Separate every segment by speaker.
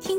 Speaker 1: 听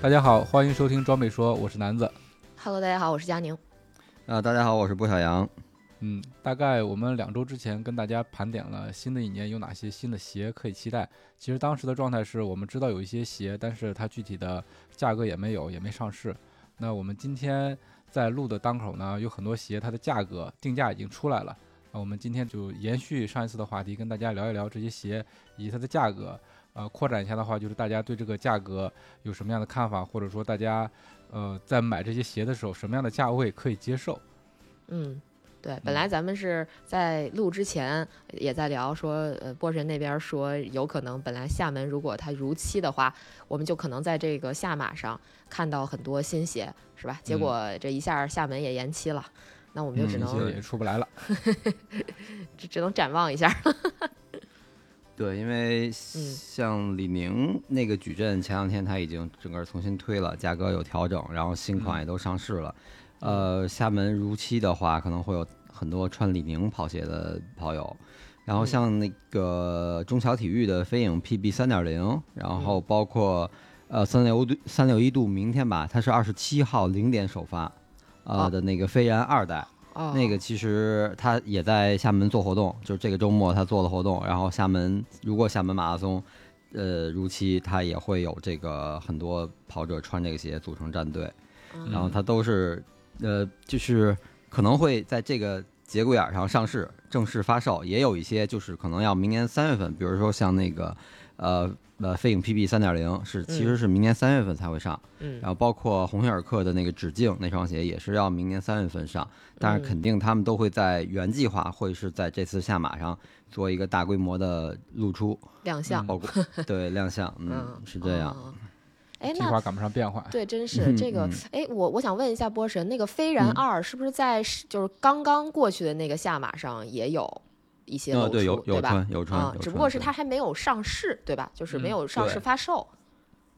Speaker 2: 大家好，欢迎收听装备说，我是南子。
Speaker 3: Hello，大家好，我是佳宁。
Speaker 4: 啊，大家好，我是郭小杨。
Speaker 2: 嗯，大概我们两周之前跟大家盘点了新的一年有哪些新的鞋可以期待。其实当时的状态是我们知道有一些鞋，但是它具体的价格也没有，也没上市。那我们今天在录的当口呢，有很多鞋它的价格定价已经出来了。那我们今天就延续上一次的话题，跟大家聊一聊这些鞋以及它的价格。呃，扩展一下的话，就是大家对这个价格有什么样的看法，或者说大家呃在买这些鞋的时候，什么样的价位可以接受？
Speaker 3: 嗯，对，本来咱们是在录之前也在聊说，呃，波神那边说有可能本来厦门如果它如期的话，我们就可能在这个下马上看到很多新鞋，是吧？
Speaker 4: 嗯
Speaker 3: 结果这一下厦门也延期了，那我们就只
Speaker 2: 这
Speaker 3: 能、
Speaker 2: 嗯些也出不来了。
Speaker 3: 只只能展望一下。
Speaker 4: 对，因为像李宁那个矩阵，前两天它已经整个重新推了，价格有调整，然后新款也都上市了。呃，厦门如期的话，可能会有很多穿李宁跑鞋的跑友。然后像那个中小体育的飞影 PB 三点零，然后包括呃三六度三六一度，明天吧，它是二十七号零点首发，
Speaker 3: 哦
Speaker 4: 呃的那个飞然二代。
Speaker 3: 哦，
Speaker 4: 那个其实他也在厦门做活动，就是这个周末他做了活动，然后厦门如果厦门马拉松，呃，如期他也会有这个很多跑者穿这个鞋组成战队，
Speaker 3: 嗯
Speaker 4: 然后他都是，呃，就是可能会在这个节骨眼儿上上市正式发售，也有一些就是可能要明年三月份，比如说像那个，呃呃，飞影 PB 三点零是其实是明年三月份才会上。
Speaker 3: 嗯
Speaker 4: 然后包括红黑尔克的那个指径那双鞋也是要明年三月份上，但
Speaker 3: 嗯
Speaker 4: 是肯定他们都会在原计划会是在这次下马上做一个大规模的露出，
Speaker 3: 亮相，
Speaker 4: 包 括对亮相，嗯
Speaker 3: 嗯，，
Speaker 4: 是这样。
Speaker 3: 哦。哎，
Speaker 2: 计
Speaker 3: 那
Speaker 2: 划赶不上变化。
Speaker 3: 对，真是这个
Speaker 4: 嗯。
Speaker 3: 哎，我我想问一下波神，那个飞然二是不是在是就是刚刚过去的那个下马上也有一些露
Speaker 4: 呃，
Speaker 3: 出，
Speaker 4: 对，有有
Speaker 3: 吧？
Speaker 4: 穿有穿
Speaker 3: 啊，，
Speaker 4: 有
Speaker 3: 只不
Speaker 4: 穿
Speaker 3: 过是
Speaker 4: 对
Speaker 3: 它还没有上市，对吧？就是没
Speaker 2: 嗯
Speaker 3: 有上市
Speaker 4: 对
Speaker 3: 发售。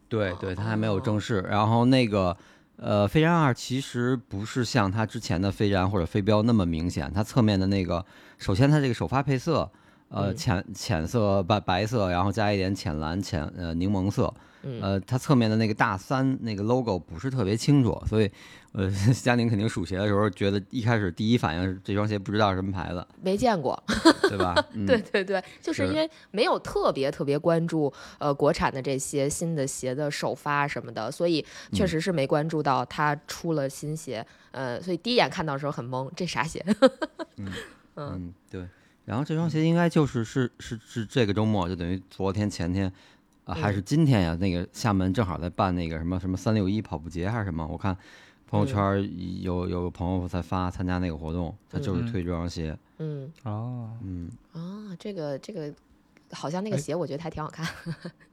Speaker 4: 对
Speaker 3: 哦
Speaker 4: 对，它还没有正式。然后那个呃，飞然二其实不是像它之前的飞然或者飞镖那么明显，它侧面的那个，首先它这个首发配色，呃，
Speaker 3: 嗯
Speaker 4: 浅浅色白白色，然后加一点浅蓝浅呃柠檬色，
Speaker 3: 嗯
Speaker 4: 呃，它侧面的那个大三那个 logo 不是特别清楚，所以呃， 佳宁肯定数鞋的时候觉得一开始第一反应是这双鞋不知道是什么牌子，
Speaker 3: 没见过，
Speaker 4: 对 吧？嗯、
Speaker 3: 对对对，就是因
Speaker 4: 是
Speaker 3: 为没有特别特别关注呃国产的这些新的鞋的首发什么的，所以
Speaker 4: 嗯
Speaker 3: 确实是没关注到它出了新鞋，呃，所以第一眼看到的时候很懵，这啥鞋？
Speaker 4: 嗯，对。然后这双鞋应该就是是是是这个周末，就等于昨天前天，啊、还是今天呀？那个厦门正好在办那个什么什么三六一跑步节还是什么，我看朋
Speaker 3: 嗯
Speaker 4: 友圈儿有有朋友在发参加那个活动，他就是
Speaker 2: 嗯
Speaker 4: 推这双鞋。
Speaker 3: 嗯
Speaker 2: 哦，
Speaker 4: 嗯，
Speaker 3: 啊，这个这个好像那个
Speaker 2: 哎
Speaker 3: 鞋我觉得还挺好看。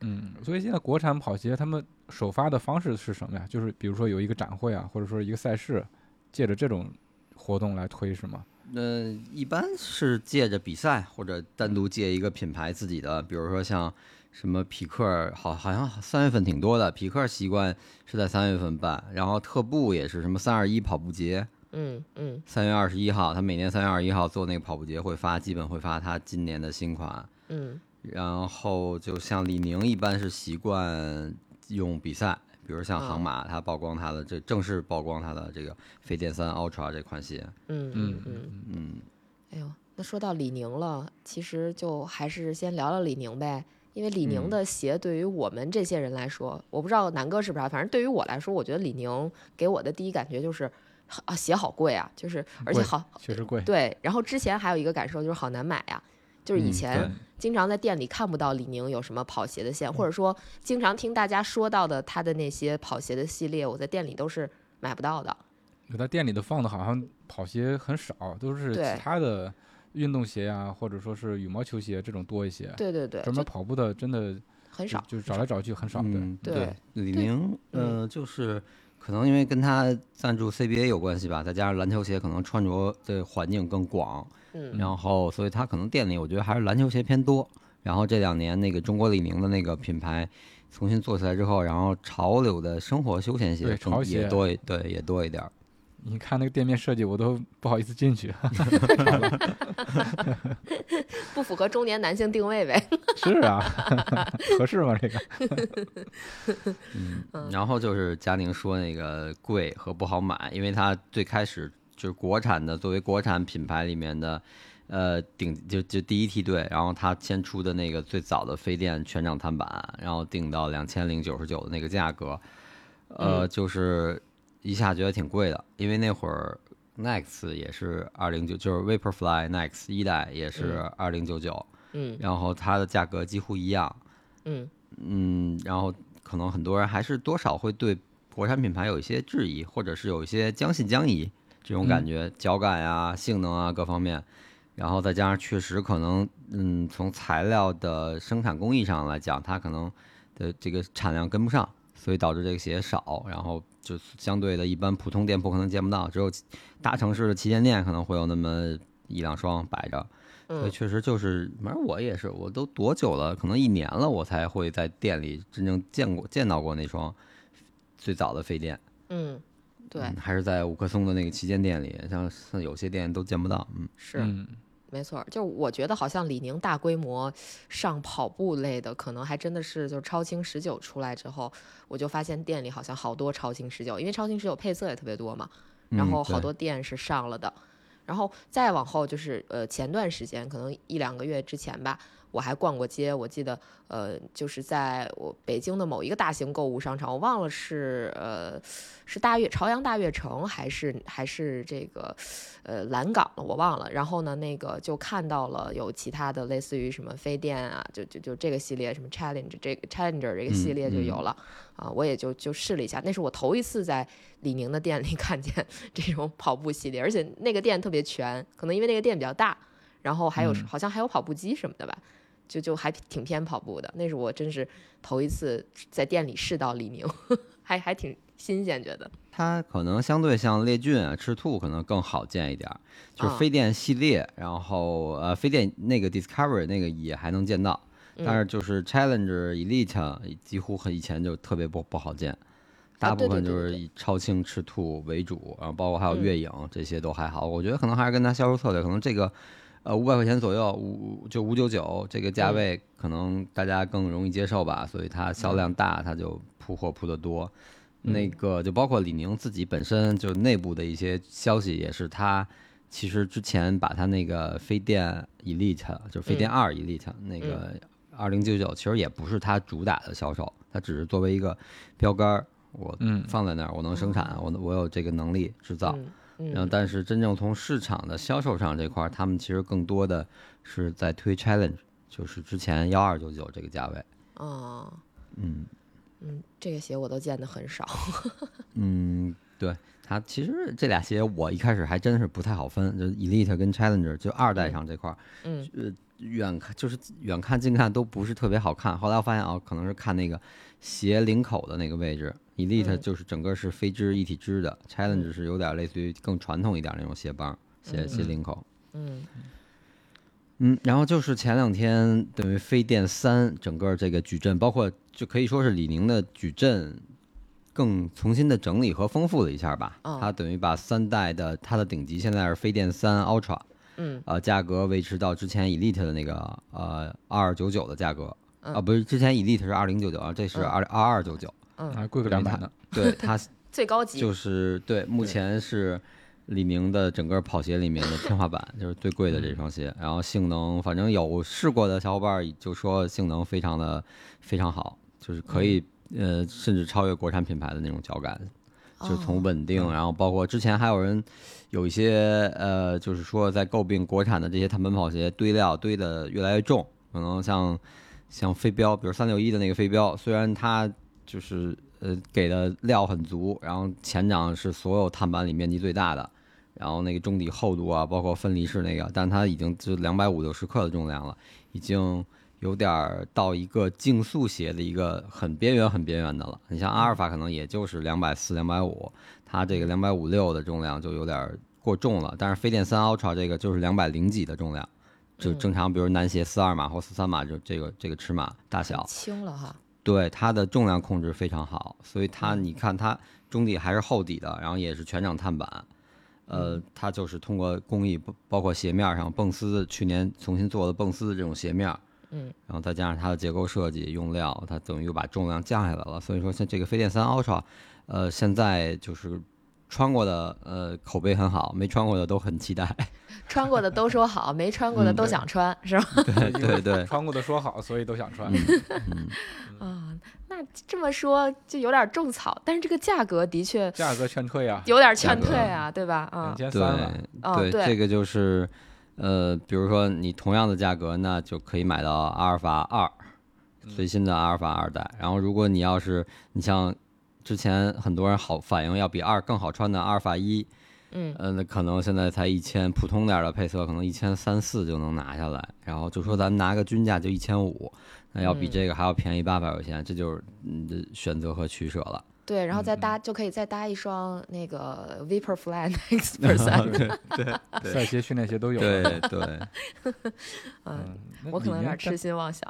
Speaker 2: 嗯，所以现在国产跑鞋他们首发的方式是什么呀？就是比如说有一个展会啊，或者说一个赛事，借着这种活动来推是吗？
Speaker 4: 那、一般是借着比赛或者单独借一个品牌自己的，比如说像什么匹克儿，好好像三月份挺多的，匹克儿习惯是在三月份办，然后特步也是什么三二一跑步节，
Speaker 3: 嗯嗯
Speaker 4: 三月二十一号，他每年三月二十一号做那个跑步节会发，基本会发他今年的新款。
Speaker 3: 嗯
Speaker 4: 然后就像李宁一般是习惯用比赛，比如像
Speaker 3: 嗯
Speaker 4: 航马，它曝光它的这正式曝光它的这个飞电三 Ultra 这款鞋。
Speaker 3: 嗯嗯嗯，
Speaker 4: 嗯，
Speaker 3: 哎呦，那说到李宁了，其实就还是先聊聊李宁呗。因为李宁的鞋对于我们这些人来说，我不知道南哥是不是啊，反正对于我来说，我觉得李宁给我的第一感觉就是，啊，鞋好贵啊，就是而且
Speaker 2: 贵
Speaker 3: 好
Speaker 2: 确实贵。
Speaker 3: 对。然后之前还有一个感受就是好难买啊，就是以
Speaker 4: 嗯
Speaker 3: 前
Speaker 4: 对
Speaker 3: 经常在店里看不到李宁有什么跑鞋的线，或者说经常听大家说到的他的那些跑鞋的系列，我在店里都是买不到的。
Speaker 2: 有在店里的放的好像跑鞋很少，都是
Speaker 3: 对
Speaker 2: 其他的运动鞋呀、或者说是羽毛球鞋这种多一些。
Speaker 3: 对对对，
Speaker 2: 专
Speaker 3: 就
Speaker 2: 门跑步的真的
Speaker 3: 很
Speaker 2: 很
Speaker 3: 少，
Speaker 2: 就是找来找去很少。对，
Speaker 4: 嗯，
Speaker 3: 对
Speaker 4: 对，李宁，
Speaker 3: 嗯
Speaker 4: 呃，就是可能因为跟他赞助 CBA 有关系吧，再加上篮球鞋可能穿着的环境更广，
Speaker 3: 嗯
Speaker 4: 然后所以他可能店里我觉得还是篮球鞋偏多。然后这两年那个中国李宁的那个品牌重新做起来之后，然后潮流的生活休闲鞋
Speaker 2: 对
Speaker 4: 更
Speaker 2: 潮
Speaker 4: 也
Speaker 2: 鞋
Speaker 4: 多一，对也多一点儿。
Speaker 2: 你看那个店面设计，我都不好意思进去。
Speaker 3: 不符合中年男性定位呗。
Speaker 2: 是啊， 合适吗？这个
Speaker 4: 嗯，然后就是佳宁说那个贵和不好买，因为它最开始就是国产的，作为国产品牌里面的，呃，顶就就第一梯队，然后它先出的那个最早的飞电全掌碳板，然后定到两千零九十九的那个价格，呃，就是一下觉得挺贵的，因为那会儿 Next 也是二零九，就是 Vaporfly Next 一代也是二零九九，
Speaker 3: 嗯
Speaker 4: 然后它的价格几乎一样，
Speaker 3: 嗯
Speaker 4: 嗯，然后可能很多人还是多少会对国产品牌有一些质疑，或者是有一些将信将疑这种感觉，脚感啊、性能啊各方面。然后再加上确实可能，嗯，从材料的生产工艺上来讲，它可能的这个产量跟不上，所以导致这个鞋少，然后就相对的，一般普通店铺可能见不到，只有大城市的旗舰店可能会有那么一两双摆着。所以
Speaker 3: 嗯
Speaker 4: 确实就是，反正我也是，我都多久了？可能一年了，我才会在店里真正见过、见到过那双最早的飞电。
Speaker 3: 嗯，对
Speaker 4: 嗯，还是在五棵松的那个旗舰店里，像像有些店都见不到。嗯，
Speaker 3: 是。
Speaker 2: 嗯，
Speaker 3: 没错儿，就我觉得好像李宁大规模上跑步类的，可能还真的是就是超轻十九出来之后，我就发现店里好像好多超轻十九，因为超轻十九配色也特别多嘛，然
Speaker 4: 嗯
Speaker 3: 后好
Speaker 4: 对
Speaker 3: 多店是上了的。然后再往后就是呃前段时间，可能一两个月之前吧，我还逛过街，我记得呃就是在我北京的某一个大型购物商场，我忘了是呃是大悦朝阳大悦城还是还是这个呃蓝港了，我忘了。然后呢，那个就看到了有其他的类似于什么飞电啊，就就就这个系列什么 Challenge 这个 Challenger 这个系
Speaker 4: 嗯
Speaker 3: 列就
Speaker 4: 嗯
Speaker 3: 有了、啊，我也就就试了一下，那是我头一次在李宁的店里 看见这种跑步系列，而且那个店特别全，可能因为那个店比较大，然后还有、
Speaker 2: 嗯
Speaker 3: 好像还有跑步机什么的吧。就就还挺偏跑步的，那是我真是头一次在店里试到李宁， 还还挺新鲜，觉得。
Speaker 4: 它可能相对像猎骏啊、赤兔可能更好见一点儿，就是
Speaker 3: 啊
Speaker 4: 飞电系列，然后呃飞电那个 Discovery 那个也还能见到，
Speaker 3: 嗯
Speaker 4: 但是就是 Challenger、Elite 几乎很以前就特别不不好见，大
Speaker 3: 啊对
Speaker 4: 部分
Speaker 3: 对
Speaker 4: 就
Speaker 3: 对对
Speaker 4: 是
Speaker 3: 对
Speaker 4: 以超轻赤兔为主，然后包括还有
Speaker 3: 嗯
Speaker 4: 越影、这些都还好，我觉得可能还是跟它销售策略，可能这个。呃，五百块钱左右，五就五九九这个价
Speaker 3: 嗯
Speaker 4: 位，可能大家更容易接受吧，所以它销量大，它就铺货铺得多。
Speaker 3: 嗯
Speaker 4: 那个就包括李宁自己本身就内部的一些消息，也是他其实之前把他那个飞电 Elite 就
Speaker 3: 嗯
Speaker 4: 是飞电二 Elite、那个二零九九，其实也不是他主打的销售，它只是作为一个标杆儿，我
Speaker 2: 嗯
Speaker 4: 放在那儿，我能生产，我能我有这个能力制造。
Speaker 3: 嗯
Speaker 4: 然后，
Speaker 3: 嗯
Speaker 4: 但是真正从市场的销售上这块儿，他们其实更多的是在推 Challenge，就是之前幺二九九这个价位。
Speaker 3: 啊
Speaker 4: 嗯
Speaker 3: 嗯，这个鞋我都见的很少。
Speaker 4: 嗯，对，它其实这俩鞋我一开始还真是不太好分，就是 Elite 跟 Challenger，就二代上这块儿，
Speaker 3: 嗯
Speaker 4: 呃，远看就是远看近看都不是特别好看。后来我发现啊，可能是看那个鞋领口的那个位置，Elite
Speaker 3: 嗯
Speaker 4: 就是整个是飞织一体织的、c h a l l e n g e
Speaker 3: 嗯
Speaker 4: 是有点类似于更传统一点那种鞋帮、鞋鞋领口。
Speaker 3: 嗯
Speaker 4: 嗯，然后就是前两天等于飞电三整个这个矩阵，包括就可以说是李宁的矩阵更重新的整理和丰富了一下吧。
Speaker 3: 哦
Speaker 4: 它等于把三代的它的顶级现在是飞电三 Ultra，
Speaker 3: 嗯
Speaker 4: 呃，价格维持到之前 Elite 的那个呃二九九的价格。
Speaker 3: 嗯
Speaker 4: 啊，不是，之前 Elite 是二零九九啊，这是
Speaker 3: 嗯
Speaker 4: 二二二 九九，
Speaker 3: 嗯，
Speaker 2: 还贵个两百呢。
Speaker 4: 对，它
Speaker 3: 最高级
Speaker 4: 就是对，目
Speaker 3: 对
Speaker 4: 前是李宁的整个跑鞋里面的天花 板，就是最贵的这双鞋。
Speaker 3: 嗯
Speaker 4: 然后性能，反正有试过的小伙伴儿就说性能非常的非常好，就是可
Speaker 3: 嗯
Speaker 4: 以、呃甚至超越国产品牌的那种脚感，就从稳定，然后包括之前还有人有一些呃，就是说在诟病国产的这些碳板跑鞋堆料堆的越来越重，可能像像飞镖，比如三六一的那个飞镖，虽然它就是呃给的料很足，然后前掌是所有碳板里面积最大的，然后那个中底厚度啊，包括分离式那个，但它已经就两百五六十克的重量了，已经有点儿到一个竞速鞋的一个很边缘、很边缘的了。你像阿尔法可能也就是两百四、两百五，它这个两百五六的重量就有点儿过重了。但是飞电三 Ultra 这个就是两百零几的重量，就
Speaker 3: 嗯
Speaker 4: 正常，比如男鞋四二码或四三码，就这个这个尺码大小。
Speaker 3: 轻了哈，
Speaker 4: 对它的重量控制非常好，所以
Speaker 2: 嗯
Speaker 4: 它你看它中底还是厚底的，然后也是全掌碳板，
Speaker 2: 嗯
Speaker 4: 呃，它就是通过工艺，包包括鞋面上蹦丝，去年重新做的蹦丝的这种鞋面，
Speaker 3: 嗯，
Speaker 4: 然后再加上它的结构设计、用料，它等于又把重量降下来了。所以说，像这个飞电三 Ultra，呃，现在就是穿过的呃口碑很好，没穿过的都很期待。
Speaker 3: 穿过的都说好，没穿过的都想穿，是吧？
Speaker 4: 对对对，
Speaker 2: 穿过的说好，所以都想穿。
Speaker 3: 啊、那这么说就有点种草，但是这个价格的确
Speaker 2: 价格劝退嗯啊，
Speaker 3: 有点劝
Speaker 4: 价格
Speaker 3: 退啊，对吧？啊、
Speaker 2: 两千
Speaker 4: 对
Speaker 2: 三了，
Speaker 3: 哦
Speaker 4: 对，
Speaker 3: 对
Speaker 4: 这个就是，呃，比如说你同样的价格，那就可以买到阿尔法二，
Speaker 3: 嗯
Speaker 4: 最新的阿尔法二代。然后如果你要是你像之前很多人好反映要比二更好穿的阿尔法一，
Speaker 3: 嗯
Speaker 4: 呃，那可能现在才一千，普通点儿的配色可能一千三四就能拿下来。然后就说咱们拿个均价就一千五，那要比
Speaker 3: 嗯
Speaker 4: 这个还要便宜八百块钱，这就是你的选择和取舍了。
Speaker 3: 对，然后
Speaker 4: 嗯
Speaker 3: 再搭、就可以再搭一双那个 Vaporfly Next Person，
Speaker 2: 赛鞋、训练鞋都有。啊
Speaker 4: 对，对。
Speaker 3: 嗯，
Speaker 2: 嗯，那
Speaker 3: 我可能有
Speaker 2: 理
Speaker 3: 点
Speaker 2: 念
Speaker 3: 痴心妄想。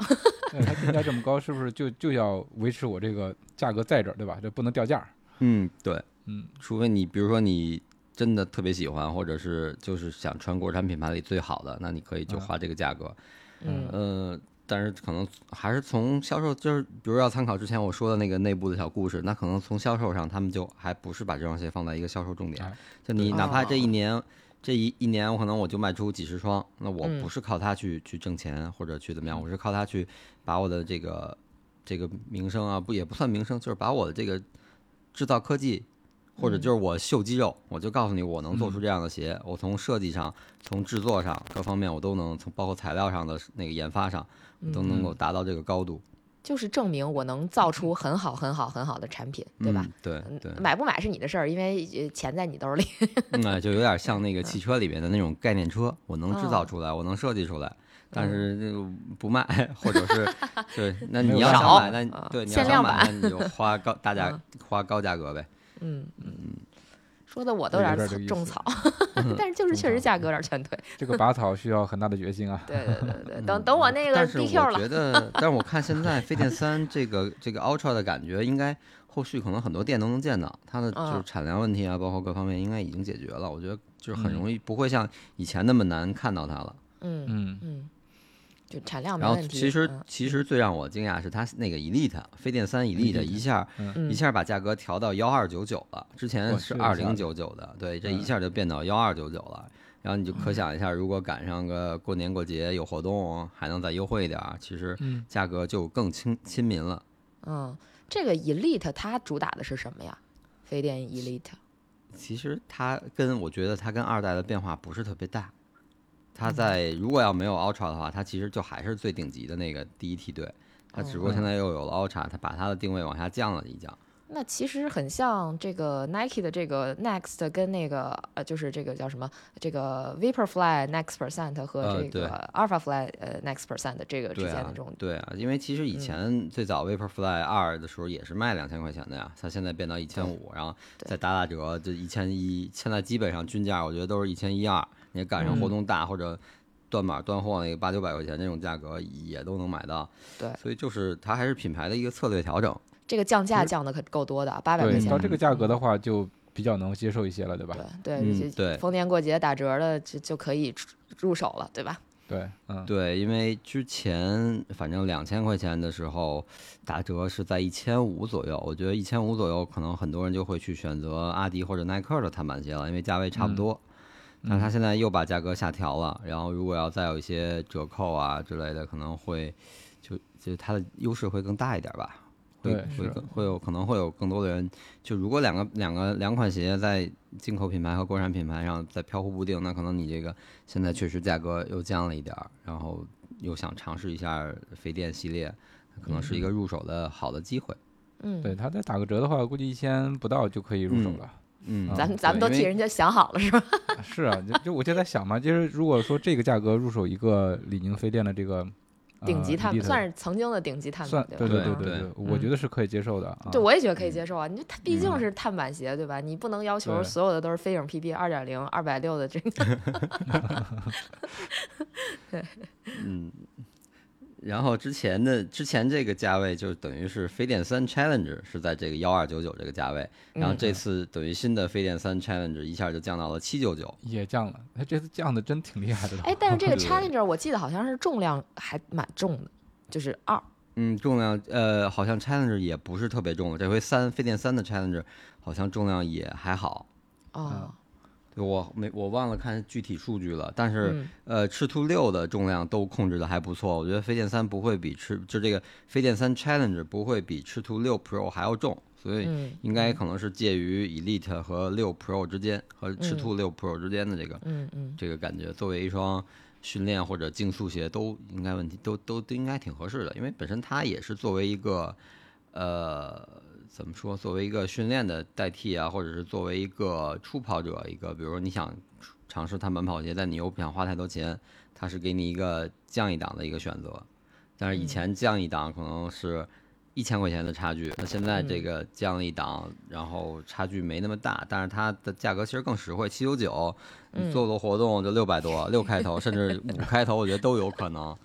Speaker 2: 对呃它定价这么高，是不是就就要维持我这个价格在这儿，对吧？这不能掉价儿。
Speaker 4: 嗯，对，
Speaker 2: 嗯，
Speaker 4: 除非你比如说你真的特别喜欢，或者是就是想穿国产品牌里最好的，那你可以就
Speaker 2: 嗯
Speaker 4: 花这个价格。
Speaker 3: 嗯
Speaker 4: 呃，但是可能还是从销售，就是比如要参考之前我说的那个内部的小故事，那可能从销售上他们就还不是把这双鞋放在一个销售重点
Speaker 2: 哎。
Speaker 4: 就你
Speaker 3: 对
Speaker 4: 哪怕这
Speaker 3: 哦
Speaker 4: 一年。这一一年，我可能我就卖出几十双，那我
Speaker 3: 嗯
Speaker 4: 不是靠它去、去挣钱或者去怎么样，我是靠它去把我的这个这个名声啊，不也不算名声，就是把我的这个制造科技，或
Speaker 3: 嗯
Speaker 4: 者就是我秀肌肉，我就告诉你我能做出这样的鞋，我从设计上、从制作上各方面我都能，从包括材料上的那个研发上，我
Speaker 3: 嗯
Speaker 4: 都能够达到这个高度，
Speaker 3: 就是证明我能造出很好、很好、很好的产品，对吧？
Speaker 4: 嗯？对对，
Speaker 3: 买不买是你的事儿，因为呃钱在你兜里。
Speaker 4: 那嗯就有点像那个汽车里面的那种概念车，我能
Speaker 3: 哦
Speaker 4: 制造出来，我能设计出来。
Speaker 3: 嗯
Speaker 4: 但是就不卖，或者 是对，那
Speaker 2: 没有
Speaker 4: 你要想嗯
Speaker 3: 少
Speaker 4: 买，
Speaker 3: 啊
Speaker 4: 那对你要
Speaker 3: 限量
Speaker 4: 想买，那你 就花高大价
Speaker 3: 嗯
Speaker 4: 花高价格呗。
Speaker 3: 嗯嗯，说的我都
Speaker 2: 有
Speaker 3: 有
Speaker 2: 点这个
Speaker 3: 点
Speaker 2: 意
Speaker 3: 种
Speaker 2: 思
Speaker 3: 草， 但是就是确实
Speaker 4: 嗯
Speaker 3: 价格有点劝 退。
Speaker 2: 这个拔草需要很大的决心啊。
Speaker 3: 对对对对，等等我那个
Speaker 4: 嗯但是
Speaker 3: DQ
Speaker 4: 我
Speaker 3: 了，
Speaker 4: 觉得，但是我看现在飞电三这个这个 Ultra 的感觉，应该后续可能很多店都能见到，它的就
Speaker 3: 嗯
Speaker 4: 是产量问题啊，包括各方面应该已经解决了。我觉得就是很容易，不会像以前那么难看到它了。
Speaker 3: 嗯
Speaker 2: 嗯，
Speaker 3: 嗯，就产量没
Speaker 4: 然后
Speaker 3: 问题。
Speaker 4: 其实
Speaker 3: 嗯
Speaker 4: 其实最让我惊讶是它那个 Elite 飞电三 Elite 一下
Speaker 3: 嗯
Speaker 4: 一下把价格调到幺二九九了，之前
Speaker 2: 哇
Speaker 4: 是
Speaker 2: 这一
Speaker 4: 二
Speaker 2: 下
Speaker 4: 零
Speaker 2: 子
Speaker 4: 九九的，对，这
Speaker 2: 嗯
Speaker 4: 一下就变到幺二九九了。然后你就可想一下，如果赶上个过年过节有活动，还能再优惠一点儿，其实
Speaker 2: 嗯
Speaker 4: 价格就更亲亲民了。
Speaker 3: 嗯，这个 Elite 它主打的是什么呀？飞电 Elite
Speaker 4: 其实它跟我觉得它跟二代的变化不是特别大，
Speaker 3: 嗯
Speaker 4: 它在如果要没有 Ultra 的话，它其实就还是最顶级的那个第一梯队。
Speaker 3: 哦
Speaker 4: 它只
Speaker 3: 嗯
Speaker 4: 不过现在又有了 Ultra，它把它的定位往下降了一降。
Speaker 3: 那其实很像这个 Nike 的这个 Next 跟那个呃，就是这个叫什么，这个 Vaporfly Next Percent 和
Speaker 4: 呃
Speaker 3: 这
Speaker 4: 对
Speaker 3: 个 AlphaFly 呃 Next Percent 这个之
Speaker 4: 对
Speaker 3: 间的嗯
Speaker 4: 啊
Speaker 3: 这种，，
Speaker 4: 对啊，因为其实以前最早 Vaporfly 二的时候也是卖两千块钱的呀，它现在变到一千五，然后再打打折就一千一，现在基本上均价我觉得都是一千一二。你赶上
Speaker 3: 嗯
Speaker 4: 活动大或者断码断货那个八九百块钱这种价格也都能买到。
Speaker 3: 对
Speaker 4: 所以就是它还是品牌的一个策略调整。
Speaker 3: 这个降价降的可够多的，八百块
Speaker 2: 对，
Speaker 3: 钱嗯
Speaker 2: 到。这个价格的话，就比较能接受一些了，对吧
Speaker 3: 对？对
Speaker 4: 嗯
Speaker 3: 就
Speaker 4: 对
Speaker 3: 逢年过节打折的就就可以出入手了，对吧？
Speaker 2: 对，嗯，
Speaker 4: 对，因为之前反正两千块钱的时候打折是在一千五左右，我觉得一千五左右可能很多人就会去选择阿迪或者耐克的碳板鞋了，因为价位差不多。但它现在又把价格下调了，然后如果要再有一些折扣啊之类的，可能会就就它的优势会更大一点吧。会
Speaker 2: 对
Speaker 4: 会
Speaker 2: 是
Speaker 4: 更会有可能会有更多的人，就如果两个两个两款鞋在进口品牌和国产品牌上在飘忽不定，那可能你这个现在确实价格又降了一点儿，然后又想尝试一下肥电系列，可能是
Speaker 2: 嗯
Speaker 4: 一个入手的好的机会。
Speaker 3: 嗯，
Speaker 2: 对，它再打个折的话，估计一千不到就可以入手了。
Speaker 4: 嗯，
Speaker 3: 咱
Speaker 2: 啊对
Speaker 3: 们咱们都替
Speaker 2: 因为
Speaker 3: 人家想好了是吧？
Speaker 2: 是啊，就就我就在想嘛，就是如果说这个价格入手一个李宁飞电的这个、呃、
Speaker 3: 顶级碳算
Speaker 2: 是
Speaker 3: 是曾经的顶级碳板
Speaker 2: 算，对对
Speaker 3: 吧？嗯
Speaker 2: 对
Speaker 4: 对
Speaker 2: 对，我觉得是可以接受的啊。
Speaker 3: 对，我也觉得可以
Speaker 4: 嗯
Speaker 3: 接受啊。你这它毕竟
Speaker 2: 嗯
Speaker 3: 是碳板鞋，对吧？你不能要求
Speaker 2: 对
Speaker 3: 所有的都是飞影 PP 二点零、二百六的这个。
Speaker 4: 嗯，然后之前的之前这个价位就等于是飞电三 Challenge 是在这个幺二九九这个价位，然后
Speaker 3: 嗯
Speaker 4: 这次等于新的飞电三 Challenge 一下就降到了七九九，
Speaker 2: 也降了，它这次降的真挺厉害的。
Speaker 3: 哎，但是这个
Speaker 4: 对
Speaker 3: Challenger 我记得好像是重量还蛮重的，就是二。
Speaker 4: 嗯，重量呃好像 Challenge 也不是特别重了，这回三飞电三的 Challenge 好像重量也还好，啊
Speaker 3: 哦，
Speaker 4: 对我没我忘了看具体数据了，但是、
Speaker 3: 嗯
Speaker 4: 呃，赤兔六的重量都控制的还不错，我觉得飞电三不会比赤就这个飞电三 Challenge 不会比赤兔六 Pro 还要重，所以
Speaker 3: 嗯
Speaker 4: 应该可能是介于 Elite 和六 Pro 之间，和赤兔六 Pro 之间的这个、
Speaker 3: 嗯嗯，
Speaker 4: 这个感觉，作为一双训练或者竞速鞋都应该问题都都都应该挺合适的，因为本身它也是作为一个呃怎么说，作为一个训练的代替啊，或者是作为一个初跑者，一个比如说你想尝试碳板跑鞋，但你又不想花太多钱，它是给你一个降一档的一个选择。但是以前降一档可能是一千块钱的差距，那现在这个降一档，然后差距没那么大，但是它的价格其实更实惠，七九九，你做做活动就六百多，六开头甚至五开头，我觉得都有可能，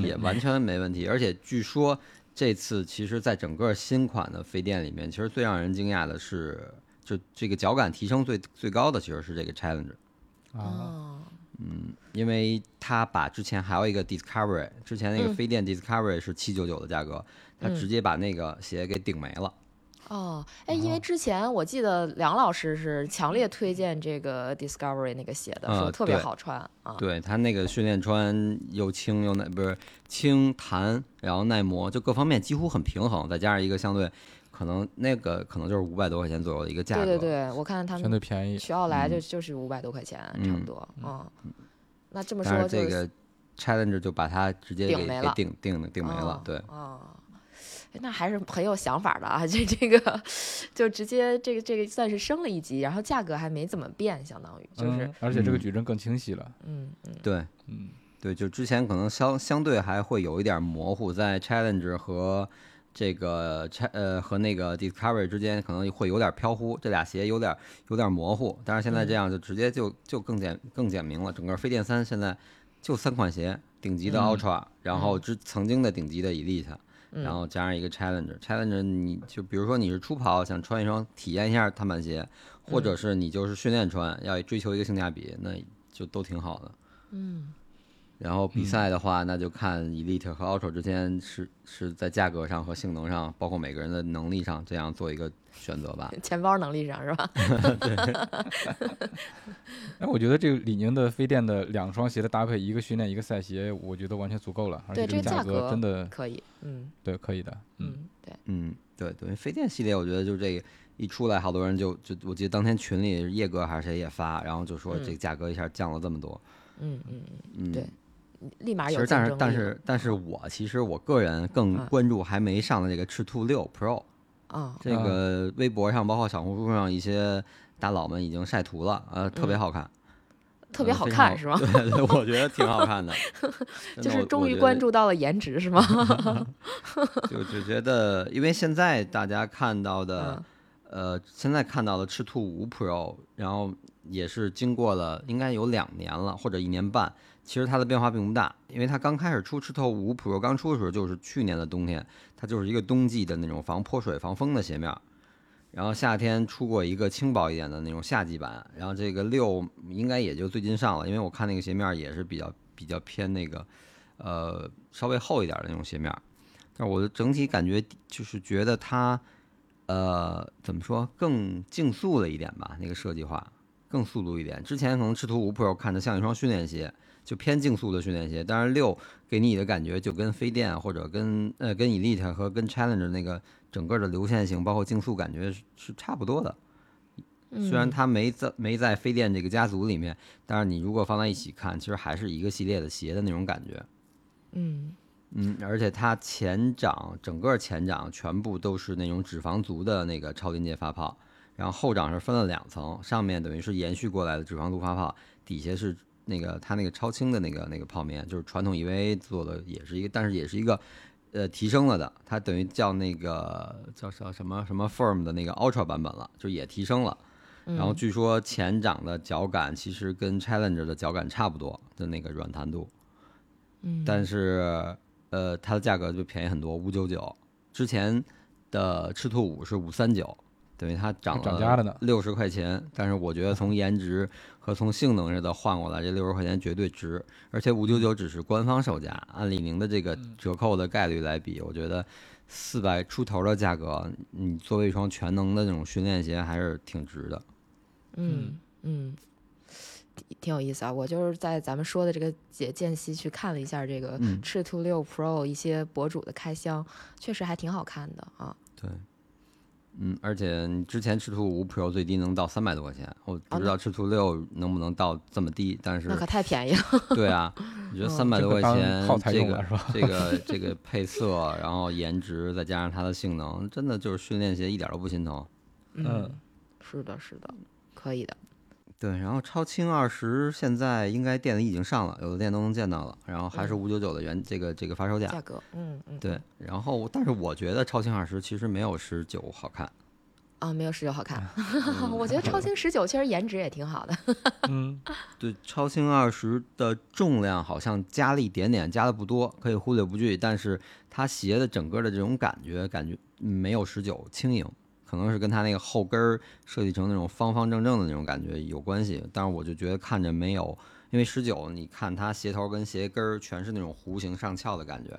Speaker 4: 也完全没问题。而且据说这次其实，在整个新款的飞电里面，其实最让人惊讶的是，就这个脚感提升最最高的其实是这个 Challenge。
Speaker 2: 啊，
Speaker 3: 哦，
Speaker 4: 因为它把之前还有一个 Discovery，之前那个
Speaker 3: 嗯
Speaker 4: 飞电 Discovery 是七九九的价格，它
Speaker 3: 嗯
Speaker 4: 直接把那个鞋给顶没了。
Speaker 3: 哦，哎，因为之前我记得梁老师是强烈推荐这个 Discovery 那个鞋的，
Speaker 4: 啊
Speaker 3: 说特别
Speaker 4: 对
Speaker 3: 好穿啊。
Speaker 4: 对它那个训练穿又轻又耐，不是轻弹，然后耐磨，就各方面几乎很平衡。再加上一个相对可能那个可能就是五百多块钱左右的一个价格，
Speaker 3: 对对对，我看他
Speaker 2: 相对
Speaker 3: 们
Speaker 2: 便宜。
Speaker 3: 去奥莱
Speaker 4: 嗯
Speaker 3: 就就是五百多块钱，差不多。嗯，那这么
Speaker 4: 但
Speaker 3: 说
Speaker 4: 是
Speaker 3: 就是
Speaker 4: 这个 Challenge 就把它直接
Speaker 3: 顶
Speaker 4: 给
Speaker 3: 没
Speaker 4: 给
Speaker 3: 了
Speaker 4: 顶顶顶没了
Speaker 3: 哦。
Speaker 4: 对，
Speaker 3: 哦，哎那还是很有想法的啊！ 这这个就直接这个这个算是升了一级，然后价格还没怎么变，相当于就是
Speaker 2: 嗯而且这个
Speaker 4: 嗯
Speaker 2: 矩阵更清晰了。
Speaker 3: 嗯嗯
Speaker 4: 对
Speaker 2: 嗯，
Speaker 4: 对，就之前可能相相对还会有一点模糊，在 Challenge 和这个 Ch 呃和那个 Discovery 之间可能会有点飘忽，这俩鞋有点有点模糊。但是现在这样就直接就就更简更简明了。整个飞电三现在就三款鞋，顶级的 Ultra，、然后之曾经的顶级的 Elite，、然
Speaker 3: 嗯
Speaker 4: 后加上一个 Challenger。Challenger 你就比如说你是初跑想穿一双体验一下碳板鞋，或
Speaker 3: 嗯
Speaker 4: 者是你就是训练穿，要追求一个性价比，那就都挺好的。
Speaker 3: 嗯
Speaker 4: 然后比赛的话，那就看 Elite 和 Ultra 之间是是在价格上和性能上，包括每个人的能力上，这样做一个选择吧。
Speaker 3: 嗯，钱包能力上是吧？
Speaker 2: 哎，我觉得这个李宁的飞电的两双鞋的搭配，一个训练一个赛鞋，我觉得完全足够了，而且
Speaker 3: 对这
Speaker 2: 个
Speaker 3: 个价
Speaker 2: 格
Speaker 3: 格
Speaker 2: 真的
Speaker 3: 可以，嗯
Speaker 2: 对可以的。嗯，
Speaker 3: 嗯，对，
Speaker 4: 嗯，对，等于飞电系列，我觉得就这个一出来，好多人就就我记得当天群里叶哥还是谁也发，然后就说
Speaker 3: 嗯
Speaker 4: 这个价格一下降了这么多。
Speaker 3: 嗯嗯嗯，
Speaker 4: 嗯，
Speaker 3: 对立马
Speaker 4: 其
Speaker 3: 有
Speaker 4: 实
Speaker 3: 竞
Speaker 4: 但是
Speaker 3: 争
Speaker 4: 但
Speaker 3: 力了
Speaker 4: 是但是我其实我个人更
Speaker 3: 嗯
Speaker 4: 关注还没上的这个赤兔六 Pro，
Speaker 3: 啊，
Speaker 4: 这个微博上包括小红书上一些大佬们已经晒图了，呃，特别好看。
Speaker 3: 嗯特别
Speaker 4: 嗯
Speaker 3: 好
Speaker 4: 非
Speaker 3: 看
Speaker 4: 常？
Speaker 3: 是吗
Speaker 4: 对对，我觉得挺好看的，真的
Speaker 3: 就是
Speaker 4: 我
Speaker 3: 终
Speaker 4: 我
Speaker 3: 于
Speaker 4: 觉
Speaker 3: 关
Speaker 4: 得
Speaker 3: 注到了颜值是 吗？
Speaker 4: 就就觉得，因为现在大家看到的
Speaker 3: 嗯，
Speaker 4: 呃，现在看到的赤兔五 Pro，然后也是经过了应该有两年了，或者一年半。其实它的变化并不大，因为它刚开始出赤兔五 Pro 刚出的时候就是去年的冬天，它就是一个冬季的那种防泼水、防风的鞋面儿。然后夏天出过一个轻薄一点的那种夏季版，然后这个六应该也就最近上了，因为我看那个鞋面儿也是比较比较偏那个，呃，稍微厚一点的那种鞋面儿。但我的整体感觉就是觉得它，呃，怎么说更竞速了一点吧？那个设计化更速度一点。之前可能赤兔五 Pro 看着像一双训练鞋，就偏竞速的训练鞋，但是六给你的感觉就跟飞电啊或者跟呃跟 Elite 和跟 Challenger 那个整个的流线型，包括竞速感觉是是差不多的。
Speaker 3: 嗯
Speaker 4: 虽然它没在没在飞电这个家族里面，但是你如果放在一起看，其实还是一个系列的鞋的那种感觉。
Speaker 3: 嗯
Speaker 4: 嗯，而且它前掌整个前掌全部都是那种脂肪族的那个超临界发泡，然后后掌是分了两层，上面等于是延续过来的脂肪毒发泡，底下是那个它那个超轻的那个那个泡面，就是传统 EVA 做的，也是一个，但是也是一个呃提升了的，它等于叫那个叫叫什么什么 firm 的那个 ultra 版本了，就也提升了。
Speaker 3: 嗯
Speaker 4: 然后据说前掌的脚感其实跟 Challenger 的脚感差不多的那个软弹度，
Speaker 3: 嗯，
Speaker 4: 但是呃它的价格就便宜很多，五九九。之前的赤兔五是五三九，等于它涨
Speaker 2: 涨价了呢
Speaker 4: 了六十块钱。但是我觉得从颜值和从性能上的换过来，这六十块钱绝对值。而且五九九只是官方售价，按李宁的这个折扣的概率来比，我觉得四百出头的价格，你作为一双全能的那种训练鞋，还是挺值的。
Speaker 3: 嗯嗯，挺挺有意思啊！我就是在咱们说的这个节间隙去看了一下这个
Speaker 4: 嗯
Speaker 3: 赤兔六 Pro 一些博主的开箱，确实还挺好看的啊。
Speaker 4: 对，嗯，而且你之前赤兔五 Pro 最低能到三百多块钱，我不知道赤兔六能不能到这么低，但是
Speaker 3: 那可太便宜 了，
Speaker 4: 对啊，我觉得三百
Speaker 2: 哦这
Speaker 4: 多
Speaker 2: 个
Speaker 4: 块
Speaker 2: 当
Speaker 4: 钱
Speaker 2: 耗材
Speaker 4: 这
Speaker 2: 用
Speaker 4: 个
Speaker 2: 了是吧？
Speaker 4: 这 个这个配色，然后颜值，再加上它的性能，真的就是训练鞋一点都不心疼。
Speaker 2: 嗯，
Speaker 3: 是的，是的，可以的。
Speaker 4: 对，然后超轻二十现在应该店里已经上了，有的店都能见到了，然后还是五九九的原这个这个发嗯售价。
Speaker 3: 价格，嗯嗯，
Speaker 4: 啊对，然后但是我觉得超轻二十其实没有十九好看。
Speaker 3: 啊，没有十九好看。
Speaker 4: 嗯
Speaker 3: 我觉得超轻十九其实颜值也挺好的。
Speaker 2: 嗯，
Speaker 4: 对，超轻二十的重量好像加了一点点，加的不多，可以忽略不计，但是它鞋的整个的这种感觉，感觉没有十九轻盈，可能是跟它那个后跟儿设计成那种方方正正的那种感觉有关系。但是我就觉得看着没有，因为十九，你看它鞋头跟鞋跟儿全是那种弧形上翘的感觉，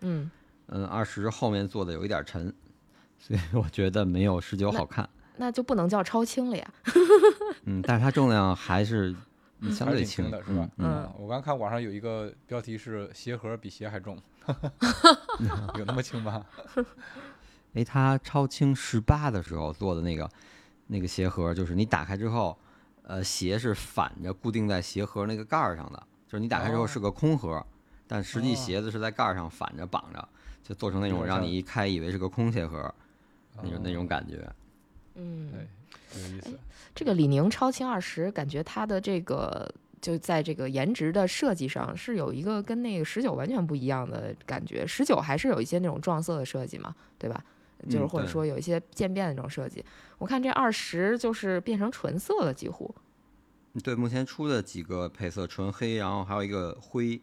Speaker 3: 嗯，
Speaker 4: 嗯，二十后面做的有一点沉，所以我觉得没有十九好看。
Speaker 3: 那就不能叫超轻了呀。
Speaker 4: 嗯，但是它重量还是相
Speaker 2: 还是
Speaker 4: 对
Speaker 2: 挺轻的是吧？
Speaker 4: 嗯
Speaker 3: 嗯
Speaker 2: 啊我刚看网上有一个标题是鞋盒比鞋还 重，有那么轻吗？
Speaker 4: 哎，它超轻十八的时候做的那个那个鞋盒，就是你打开之后，呃，鞋是反着固定在鞋盒那个盖儿上的，就是你打开之后
Speaker 2: 哦
Speaker 4: 是个空盒，但实际
Speaker 2: 哦
Speaker 4: 鞋子是在盖儿上反着绑着，就做成那
Speaker 2: 有
Speaker 4: 种
Speaker 2: 点
Speaker 4: 让
Speaker 2: 像
Speaker 4: 你一开以为是个空鞋盒那
Speaker 3: 哦
Speaker 4: 种那种感觉。
Speaker 3: 嗯，
Speaker 2: 对，有意思。
Speaker 3: 这个李宁超轻二十，感觉它的这个就在这个颜值的设计上是有一个跟那个十九完全不一样的感觉。十九还是有一些那种撞色的设计嘛，对吧？就是
Speaker 4: 嗯
Speaker 3: 或者
Speaker 4: 对
Speaker 3: 说有一些渐变的那种设计。我看这二十就是变成纯色了，几乎。
Speaker 4: 对，目前出的几个配色，纯黑，然后还有一个灰，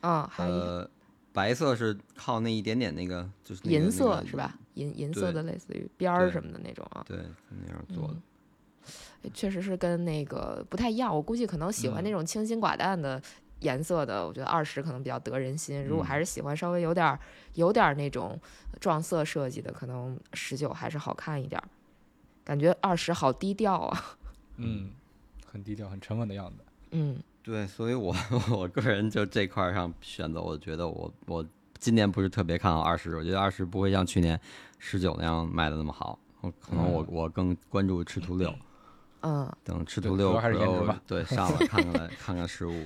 Speaker 3: 啊，还有一个
Speaker 4: 呃，白色是靠那一点点那个就是那个
Speaker 3: 银色
Speaker 4: 那个
Speaker 3: 是吧？银银色
Speaker 4: 对
Speaker 3: 的类似于边儿
Speaker 4: 对
Speaker 3: 什么的那种啊，
Speaker 4: 对，那样做的。
Speaker 3: 嗯哎确实是跟那个不太一样。我估计可能喜
Speaker 4: 嗯
Speaker 3: 欢那种清新寡淡的颜色的，我觉得二十可能比较得人心。如果
Speaker 4: 嗯
Speaker 3: 还是喜欢稍微有点儿有点儿那种撞色设计的，可能十九还是好看一点儿。感觉二十好低调啊，
Speaker 2: 嗯，很低调、很沉稳的样子。
Speaker 3: 嗯
Speaker 4: 对，所以我 我个人就这块儿上选择，我觉得我我今年不是特别看好二十，我觉得二十不会像去年十九那样卖的那么好，我可能我、
Speaker 2: 嗯
Speaker 4: 我更关注赤兔六，
Speaker 3: 嗯
Speaker 4: 等赤
Speaker 2: 对主
Speaker 4: 兔六
Speaker 2: 要还是颜值
Speaker 4: Pro
Speaker 2: 吧
Speaker 4: 对上了 看看来看看十五。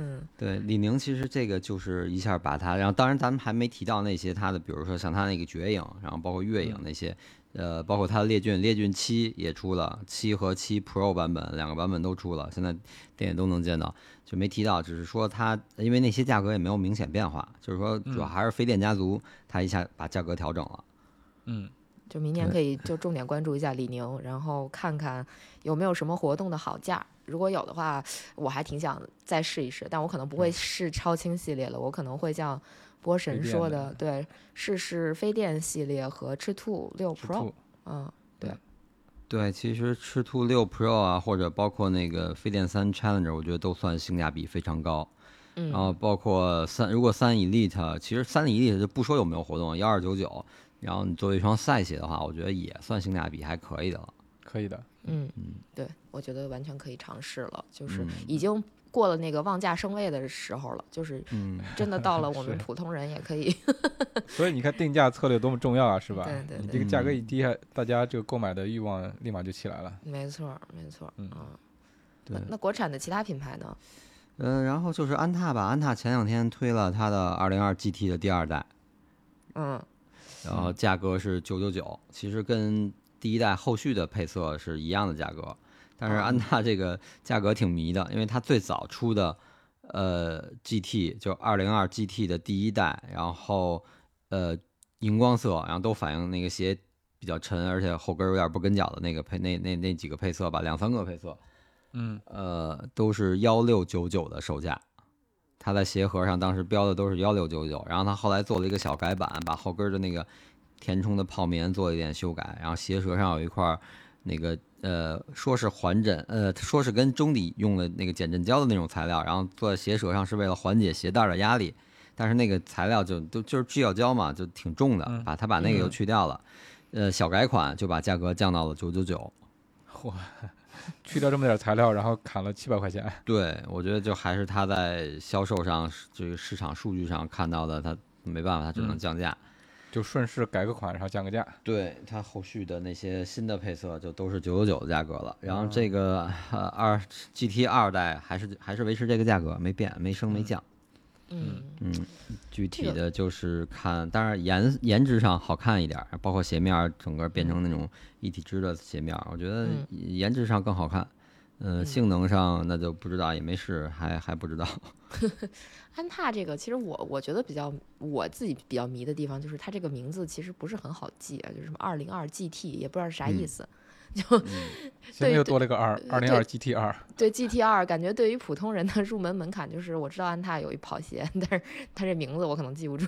Speaker 3: 嗯
Speaker 4: 对，李宁其实这个就是一下把它，然后当然咱们还没提到那些它的，比如说像它那个绝影，然后包括月影那些，呃，包括它的猎骏，猎骏七也出了，七和七 Pro 版本两个版本都出了，现在店里都能见到，就没提到，只是说它因为那些价格也没有明显变化，就是说主要还是非店家族，它一下把价格调整了。
Speaker 2: 嗯，
Speaker 3: 就明年
Speaker 4: 对
Speaker 3: 可以就重点关注一下李宁，然后看看有没有什么活动的好价。如果有的话，我还挺想再试一试，但我可能不会试超轻系列了，我可能会像波神
Speaker 2: 电
Speaker 3: 说
Speaker 2: 的
Speaker 3: 的，对，试试飞电系列和赤兔六
Speaker 2: 赤
Speaker 3: Pro
Speaker 2: 兔。
Speaker 3: 嗯，
Speaker 4: 对，其实赤兔六 Pro 啊，或者包括那个飞电三 Challenger，我觉得都算性价比非常高。
Speaker 3: 嗯
Speaker 2: 哦
Speaker 4: 然后包括三，如果三 Elite，其实三 Elite 就不说有没有活动，幺二九九，然后你作为一双赛鞋的话，我觉得也算性价比还可以的了。
Speaker 2: 可以的。
Speaker 3: 嗯，对，我觉得完全可以尝试了，就是
Speaker 2: 嗯
Speaker 3: 已经过了那个望价升位的时候了，就是
Speaker 4: 嗯，
Speaker 3: 真的到了我 们
Speaker 2: 是
Speaker 3: 普通人也可以
Speaker 2: 所以你看定价策略多么重要啊，是吧？
Speaker 3: 对对
Speaker 2: 你
Speaker 3: 对
Speaker 2: 这个价格一低，大家这个购买的欲望立马就起来了。
Speaker 3: 没错儿，没错儿，
Speaker 2: 嗯
Speaker 3: 那
Speaker 4: 对
Speaker 3: 那国产的其他品牌呢？
Speaker 4: 嗯、然后就是安踏吧，安踏前两天推了它的二零二 GT 的第二代，
Speaker 3: 嗯
Speaker 4: 然后价格是九九九，其实跟第一代后续的配色是一样的价格，但是安踏这个价格挺迷的，因为它最早出的呃 GT 就二零二 GT 的第一代，然后呃荧光色，然后都反映那个鞋比较沉，而且后跟有点不跟脚的那个配那那那几个配色吧，两三个配色，
Speaker 2: 嗯，
Speaker 4: 呃，都是幺六九九的售价。它在鞋盒上当时标的都是幺六九九，然后它后来做了一个小改版，把后跟的那个填充的泡棉做了一点修改，然后鞋舌上有一块儿那个呃，说是缓震，呃，说是跟中底用的那个减震胶的那种材料，然后做在鞋舌上是为了缓解鞋带的压力，但是那个材料就都就是聚角胶嘛，就挺重的
Speaker 2: 嗯，
Speaker 4: 把它把那个又去掉了，呃，小改款就把价格降到了九九九，
Speaker 2: 嚯，去掉这么点材料，然后砍了七百块钱，
Speaker 4: 对，我觉得就还是他在销售上，这个市场数据上看到的，他没办法，他只能
Speaker 2: 嗯
Speaker 4: 降价。
Speaker 2: 就顺势改个款，然后降个价。
Speaker 4: 对它后续的那些新的配色就都是九九九的价格了。然后这个呃二 GT 二代还是还是维持这个价格，没变，没升没降。
Speaker 3: 嗯，
Speaker 4: 具体
Speaker 3: 个
Speaker 4: 的就是看，当然颜颜值上好看一点儿，包括鞋面儿整个变成那种一体织的鞋面儿，我觉得
Speaker 3: 嗯
Speaker 4: 颜值上更好看。嗯，性能上那就不知道，也没试，还还不知道。
Speaker 3: 安踏这个，其实我我觉得比较我自己比较迷的地方，就是它这个名字其实不是很好记啊，就是什么二零二 GT，也不知道是啥
Speaker 4: 嗯
Speaker 3: 意思。
Speaker 2: 前面
Speaker 3: 对呃
Speaker 2: 又多了个二二零二 GT 二，
Speaker 3: 对 GT 二，感觉对于普通人的入门门槛就是，我知道安踏有一跑鞋， 但是它这名字我可能记不住。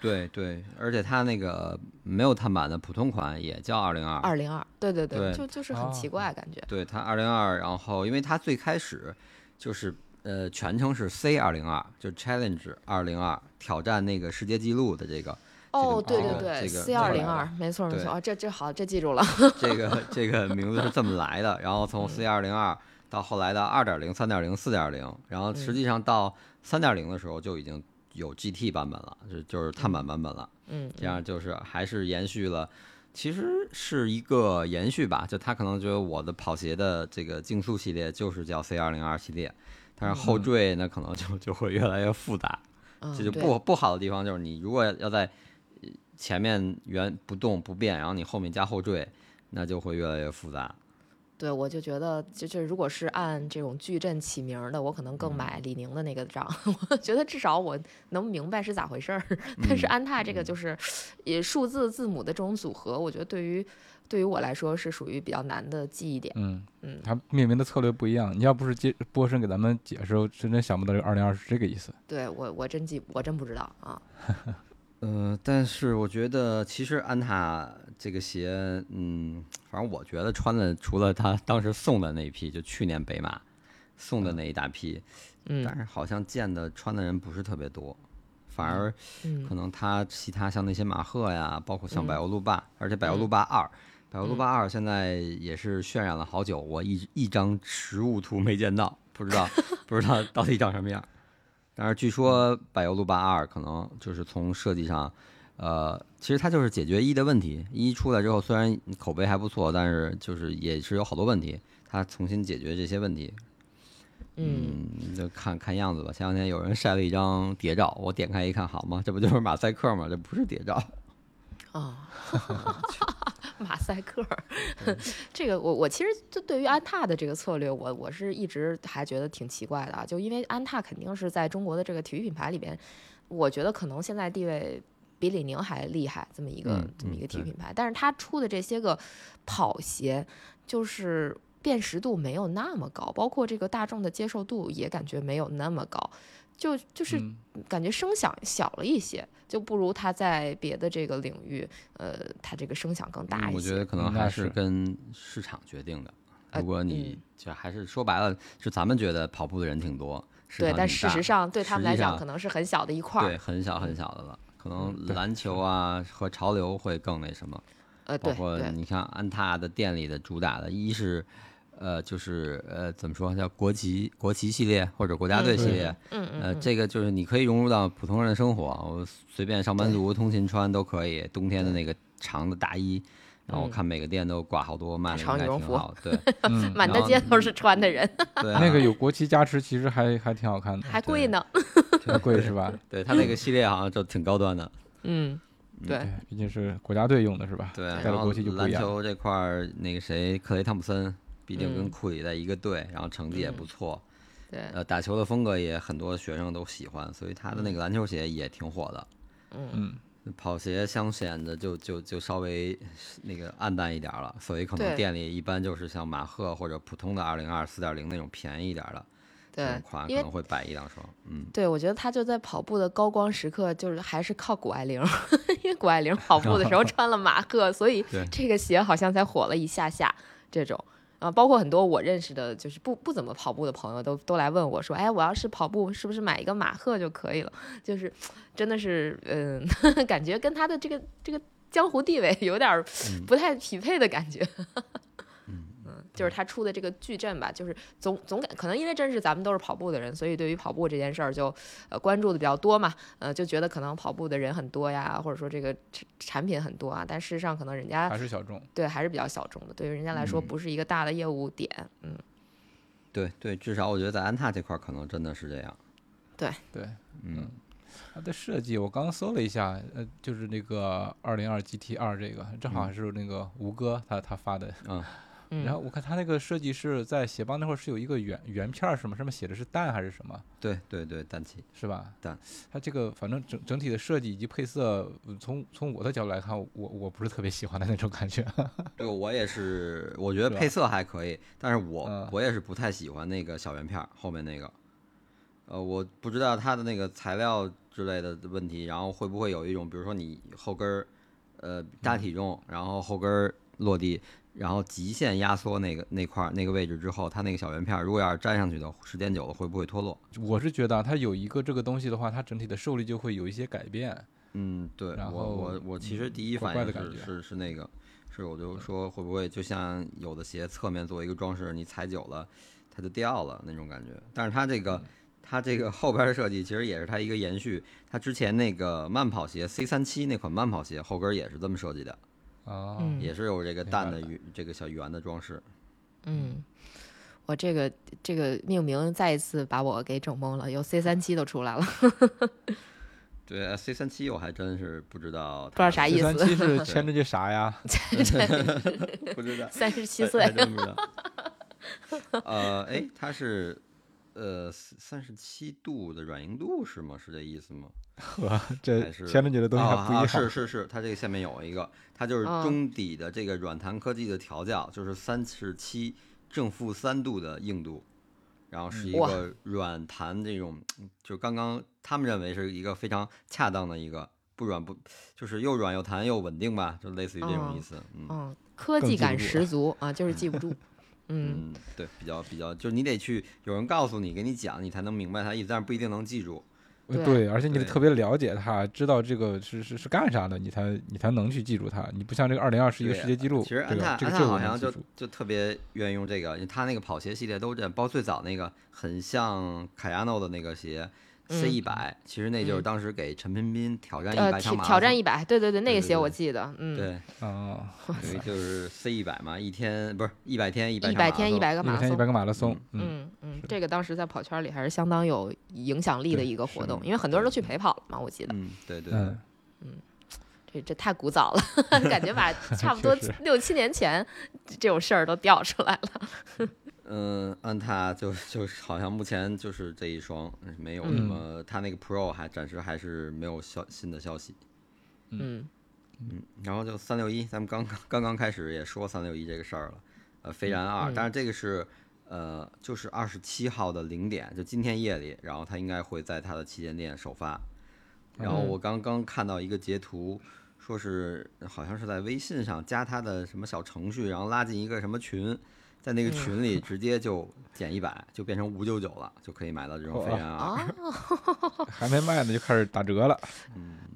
Speaker 4: 对对，而且它那个没有碳板的普通款也叫二零二，
Speaker 3: 二零二，对对
Speaker 4: 对
Speaker 3: 就就是很奇
Speaker 2: 哦
Speaker 3: 怪感觉。
Speaker 4: 对它二零二，然后因为它最开始就是呃全称是 C 二零二，就 Challenge 二零二，挑战那个世界纪录的这个
Speaker 3: 哦，
Speaker 4: 这
Speaker 3: 对
Speaker 4: 个
Speaker 3: 对
Speaker 4: 这个
Speaker 3: 对
Speaker 4: 这个
Speaker 3: ，C 二零二，没错没
Speaker 4: 对
Speaker 3: 错，哦，这这好，这记住了。
Speaker 4: 这个这个名字是这么来的，然后
Speaker 3: 嗯
Speaker 4: 从 C 二零二到后来的二点零、三点零、四点零，然后实际
Speaker 3: 嗯
Speaker 4: 上到三点零的时候就已经有 GT 版本了，就就是碳板版本了。
Speaker 3: 嗯，
Speaker 4: 这样就是还是延续了，其实是一个延续吧。就他可能觉得我的跑鞋的这个竞速系列就是叫 C 二零二系列，但是后缀那可能就就会越来越复杂。
Speaker 3: 嗯
Speaker 4: 这就
Speaker 3: 对
Speaker 4: 不不好的地方就是你如果要在呃前面原不动不变，然后你后面加后缀，那就会越来越复杂。
Speaker 3: 对，我就觉得，就就如果是按这种矩阵起名儿的，我可能更买李宁的那个账。 我觉得至少我能明白是咋回事儿。 但是安踏这个就是，也数字字母的这种组合，我觉得对于对于我来说是属于比较难的记忆点。
Speaker 2: 嗯
Speaker 3: 嗯，
Speaker 2: 它命名的策略不一样。你要不是接波神给咱们解释，我真真想不到这个二零二是这个意思。
Speaker 3: 对我我真记我真不知道啊。
Speaker 4: 呃，但是我觉得其实安踏这个鞋，嗯，反正我觉得穿的除了他当时送的那一批，就去年北马送的那一大批，
Speaker 3: 嗯
Speaker 4: 但是好像见的穿的人不是特别多，反而
Speaker 3: 嗯
Speaker 4: 可能他其他像那些马赫呀，包括像
Speaker 3: 嗯
Speaker 4: 百欧路霸，而且百欧路霸二、百欧路霸二现在也是渲染了好久，我一一张实物图没见到，不知道不知道到底长什么样。但是据
Speaker 3: 嗯
Speaker 4: 说百欧路霸二可能就是从设计上，呃，其实它就是解决一的问题。一出来之后，虽然口碑还不错，但是就是也是有好多问题，它重新解决这些问题。
Speaker 3: 嗯，
Speaker 4: 嗯，就看看样子吧。前两天有人晒了一张谍照，我点开一看，好吗？这不就是马赛克吗？这不是谍照。
Speaker 3: 啊， 马赛克儿，这个我我其实就对于安踏的这个策略，我我是一直还觉得挺奇怪的啊，就因为安踏肯定是在中国的这个体育品牌里边，我觉得可能现在地位。比李宁还厉害，这么一个、
Speaker 4: 嗯
Speaker 3: 这么一个
Speaker 4: 嗯
Speaker 3: 体育
Speaker 4: 对
Speaker 3: 品牌，但是它出的这些个跑鞋，就是辨识度没有那么高，包括这个大众的接受度也感觉没有那么高，就就是
Speaker 2: 嗯
Speaker 3: 感觉声响小了一些，就不如他在别的这个领域，呃，他这个声响更大
Speaker 4: 嗯
Speaker 3: 一
Speaker 4: 我觉
Speaker 3: 些
Speaker 4: 得。可
Speaker 2: 嗯
Speaker 4: 能
Speaker 2: 那
Speaker 4: 还
Speaker 2: 是
Speaker 4: 是跟市场决定的。
Speaker 3: 呃
Speaker 4: 如果你就还是说白了，就咱们觉得跑步的人挺多，市
Speaker 3: 对，
Speaker 4: 场
Speaker 3: 但
Speaker 4: 挺
Speaker 3: 事
Speaker 4: 大
Speaker 3: 实上对他们
Speaker 4: 实际
Speaker 3: 来讲
Speaker 4: 上
Speaker 3: 可能是很小的一块
Speaker 4: 对
Speaker 3: 儿。嗯
Speaker 4: 很小很小的了。可能
Speaker 2: 对
Speaker 4: 篮球啊和潮流会更那什么，
Speaker 3: 呃，
Speaker 4: 包
Speaker 3: 对
Speaker 4: 括
Speaker 3: 对，
Speaker 4: 你看安踏的店里的主打的，一是，呃，就是呃怎么说叫国旗国旗系列或者国家队系
Speaker 2: 对
Speaker 4: 列，
Speaker 3: 嗯嗯
Speaker 4: 呃，这个就是你可以融入到普通人的生活，啊我随便上班族通勤穿都可以。冬天的那个长的大衣，然后我看每个店都挂好多卖
Speaker 3: 嗯
Speaker 4: 的，
Speaker 3: 长
Speaker 4: 应该
Speaker 3: 羽绒
Speaker 4: 挺
Speaker 3: 服
Speaker 4: 好的。 对
Speaker 2: 嗯，
Speaker 3: 满大街都是穿的人，
Speaker 4: 对 啊，
Speaker 2: 那个有国旗加持，其实还还挺好 看的，
Speaker 3: 还贵呢。
Speaker 2: 还贵是吧？
Speaker 4: 对它那个系列好像就挺高端的。
Speaker 3: 嗯，对
Speaker 2: 对，毕竟是国家队用的是吧？
Speaker 4: 对，
Speaker 2: 带
Speaker 4: 然
Speaker 2: 到
Speaker 4: 后
Speaker 2: 国际就不
Speaker 4: 篮
Speaker 2: 一样。
Speaker 4: 球这块儿，那个谁，克雷汤普森，毕
Speaker 3: 嗯
Speaker 4: 竟跟库里在一个队，然后成绩也不
Speaker 3: 嗯
Speaker 4: 错，
Speaker 3: 对，
Speaker 4: 呃，打球的风格也很多学生都喜欢，所以他的那个篮球鞋也挺火的。
Speaker 3: 嗯，
Speaker 2: 嗯，
Speaker 4: 跑鞋相显的就就就稍微那个暗淡一点儿了，所以可能
Speaker 3: 对
Speaker 4: 店里一般就是像马赫或者普通的二零二、四点零那种便宜一点儿的这
Speaker 3: 对
Speaker 4: 种款，，可
Speaker 3: 因为
Speaker 4: 能会摆一两双。嗯，
Speaker 3: 对，我觉得他就在跑步的高光时刻，就是还是靠谷爱凌，因为谷爱凌跑步 的时候穿了马克，所以
Speaker 4: 对
Speaker 3: 这个鞋好像才火了一下下这种。啊，包括很多我认识的，就是不不怎么跑步的朋友都都来问我说，哎，我要是跑步，是不是买一个马赫就可以了？就是，真的是，嗯， 感觉跟他的这个这个江湖地位有点儿
Speaker 4: 嗯
Speaker 3: 不太匹配的 感觉。嗯，就是他出的这个矩阵吧，就是总总感可能因为真是咱们都是跑步的人，所以对于跑步这件事儿就呃关注的比较多嘛，呃就觉得可能跑步的人很多呀，或者说这个产产品很多啊，但事实上可能人家
Speaker 2: 还是小众。
Speaker 3: 对还是比较小众的，对于人家来说
Speaker 2: 嗯
Speaker 3: 不是一个大的业务点，嗯，
Speaker 4: 对对，至少我觉得在安踏这块儿可能真的是这样。
Speaker 2: 对，
Speaker 4: 嗯，
Speaker 2: 它的设计我刚刚搜了一下，呃，就是那个二零二 GT 二这个，正
Speaker 4: 嗯
Speaker 2: 好是那个吴哥他他发的。
Speaker 3: 嗯
Speaker 2: 然后我看他那个设计是在鞋帮那块儿是有一个圆圆片儿，什么上面写的是蛋还是什么，
Speaker 4: 对对对，单骑。
Speaker 2: 是吧？
Speaker 4: 蛋。
Speaker 2: 它这个反正整整体的设计以及配色，嗯从从我的角度来看，我我不是特别喜欢的那种感觉。
Speaker 4: 对，我也是，我觉得
Speaker 2: 是吧
Speaker 4: 配色还可以，但是我、
Speaker 2: 嗯
Speaker 4: 我也是不太喜欢那个小圆片儿后面那个，呃，我不知道它的那个材料之类的问题，然后会不会有一种，比如说你后跟儿，呃，
Speaker 2: 嗯
Speaker 4: 大体重，然后后跟儿落地，然后极限压缩那个那块儿那个位置之后，它那个小圆片儿如果要是粘上去的，时间久了会不会脱落？
Speaker 2: 我是觉得啊它有一个这个东西的话，它整体的受力就会有一些改变。
Speaker 4: 嗯，对，
Speaker 2: 然
Speaker 4: 我我
Speaker 2: 后
Speaker 4: 我其实
Speaker 2: 嗯
Speaker 4: 第一
Speaker 2: 怪
Speaker 4: 反
Speaker 2: 怪
Speaker 4: 应
Speaker 2: 的感
Speaker 4: 是
Speaker 2: 觉
Speaker 4: 是是那个，是我就说会不会就像有的鞋侧面做一个装饰，你踩久了它就掉了那种感觉。但是它这
Speaker 2: 嗯
Speaker 4: 个它这个后边儿的设计其实也是它一个延续，它之前那个慢跑鞋 C 三七那款慢跑鞋后跟儿也是这么设计的，
Speaker 2: 啊，
Speaker 3: 嗯
Speaker 4: 也是有这个
Speaker 2: 明
Speaker 4: 蛋
Speaker 2: 白
Speaker 4: 的
Speaker 2: 了
Speaker 4: 圆这个小圆的装饰。
Speaker 3: 嗯，我这个这个命名再一次把我给整懵了，有 C 三七都出来了，
Speaker 4: 对，C 三七我还真是不知道，不
Speaker 3: 知道啥
Speaker 2: 十
Speaker 3: 意思
Speaker 2: 三七是牵着这啥呀？
Speaker 4: 不知道。
Speaker 3: 三十七
Speaker 4: 哎
Speaker 3: 岁
Speaker 4: 还，真不知 道。呃，哎，它是呃三十七度的软硬度是吗？是这意思吗？
Speaker 2: 哇，这
Speaker 4: 还是
Speaker 2: 牵着你的东西还
Speaker 4: 啊
Speaker 2: 不一样。
Speaker 4: 啊是是是，它这个下面有一个，它就是
Speaker 3: 嗯
Speaker 4: 中底的这个软弹科技的调教，就是三十七正负三度的硬度。然后是一
Speaker 3: 嗯哇
Speaker 4: 个软弹这种，就刚刚他们认为是一个非常恰当的一个不软不，就是又软又弹又稳定吧，就类似于这种
Speaker 3: 嗯
Speaker 4: 意思。嗯，
Speaker 3: 嗯，科
Speaker 2: 更
Speaker 3: 技
Speaker 2: 记不
Speaker 3: 感
Speaker 2: 住了
Speaker 3: 十足啊，就是 记不住，嗯。
Speaker 4: 嗯，对，比较比较，就是你得去有人告诉你，给你讲，你才能明白它意思，但是不一定能记住。
Speaker 2: 呃
Speaker 3: 对
Speaker 2: 对，而且你得
Speaker 4: 对
Speaker 2: 特别了解它，知道这个是是是干啥的，你才你才能去记住它。你不像这个二零二是一个
Speaker 4: 对
Speaker 2: 世界纪录，
Speaker 4: 其实
Speaker 2: 这
Speaker 4: 安踏
Speaker 2: 个这
Speaker 4: 安
Speaker 2: 个
Speaker 4: 踏
Speaker 2: 就
Speaker 4: 好像
Speaker 2: 记
Speaker 4: 就
Speaker 2: 住。
Speaker 4: 就特别愿意用这个，因为它那个跑鞋系列都这样，包括最早那个很像凯亚诺的那个鞋 C 一百，其实那就是
Speaker 3: 嗯
Speaker 4: 当时给陈彬彬挑战一
Speaker 3: 呃，
Speaker 4: 百
Speaker 3: 挑
Speaker 4: 场马拉松，
Speaker 3: 挑战一百，对对对，那
Speaker 4: 对
Speaker 3: 个
Speaker 4: 对
Speaker 3: 鞋
Speaker 4: 对
Speaker 3: 我记得，嗯，
Speaker 4: 对，
Speaker 2: 啊，
Speaker 4: 等于就是 C 一百嘛，一天不是一百天一百
Speaker 3: 一百天一百个
Speaker 2: 一
Speaker 3: 马拉
Speaker 2: 天一
Speaker 3: 松
Speaker 2: 百，个马拉松，嗯，
Speaker 3: 嗯嗯
Speaker 2: 是，
Speaker 3: 这个当时在跑圈里还是相当有影响力的
Speaker 2: 对
Speaker 3: 一个
Speaker 2: 是
Speaker 3: 活动，
Speaker 2: 的
Speaker 3: 因为很多人都去陪跑了嘛，我记得，
Speaker 4: 嗯，对对对
Speaker 2: 嗯，
Speaker 3: 这这太古早了， 感觉把差不多
Speaker 2: 确实
Speaker 3: 六七年前这种事儿都调出来了，
Speaker 4: 嗯，安踏就就是好像目前就是这一双，没有什
Speaker 2: 嗯
Speaker 4: 么，它那个 Pro 还暂时还是没有消新的消息。
Speaker 3: 嗯
Speaker 4: 然后就三六一，咱们刚刚刚刚开始也说三六一这个事儿了，呃，飞然二，
Speaker 3: 嗯
Speaker 4: 但是这个是呃，就是二十七号的零点，就今天夜里，然后它应该会在它的旗舰店首发。然
Speaker 3: 嗯
Speaker 4: 后我刚刚看到一个截图，说是好像是在微信上加他的什么小程序，然后拉进一个什么群，在那个群
Speaker 3: 嗯
Speaker 4: 里直接就减一百，就变成五九九了，就可以买到这种飞然二。
Speaker 3: 啊，
Speaker 2: 还没卖呢就开始打折
Speaker 4: 哦
Speaker 2: 了。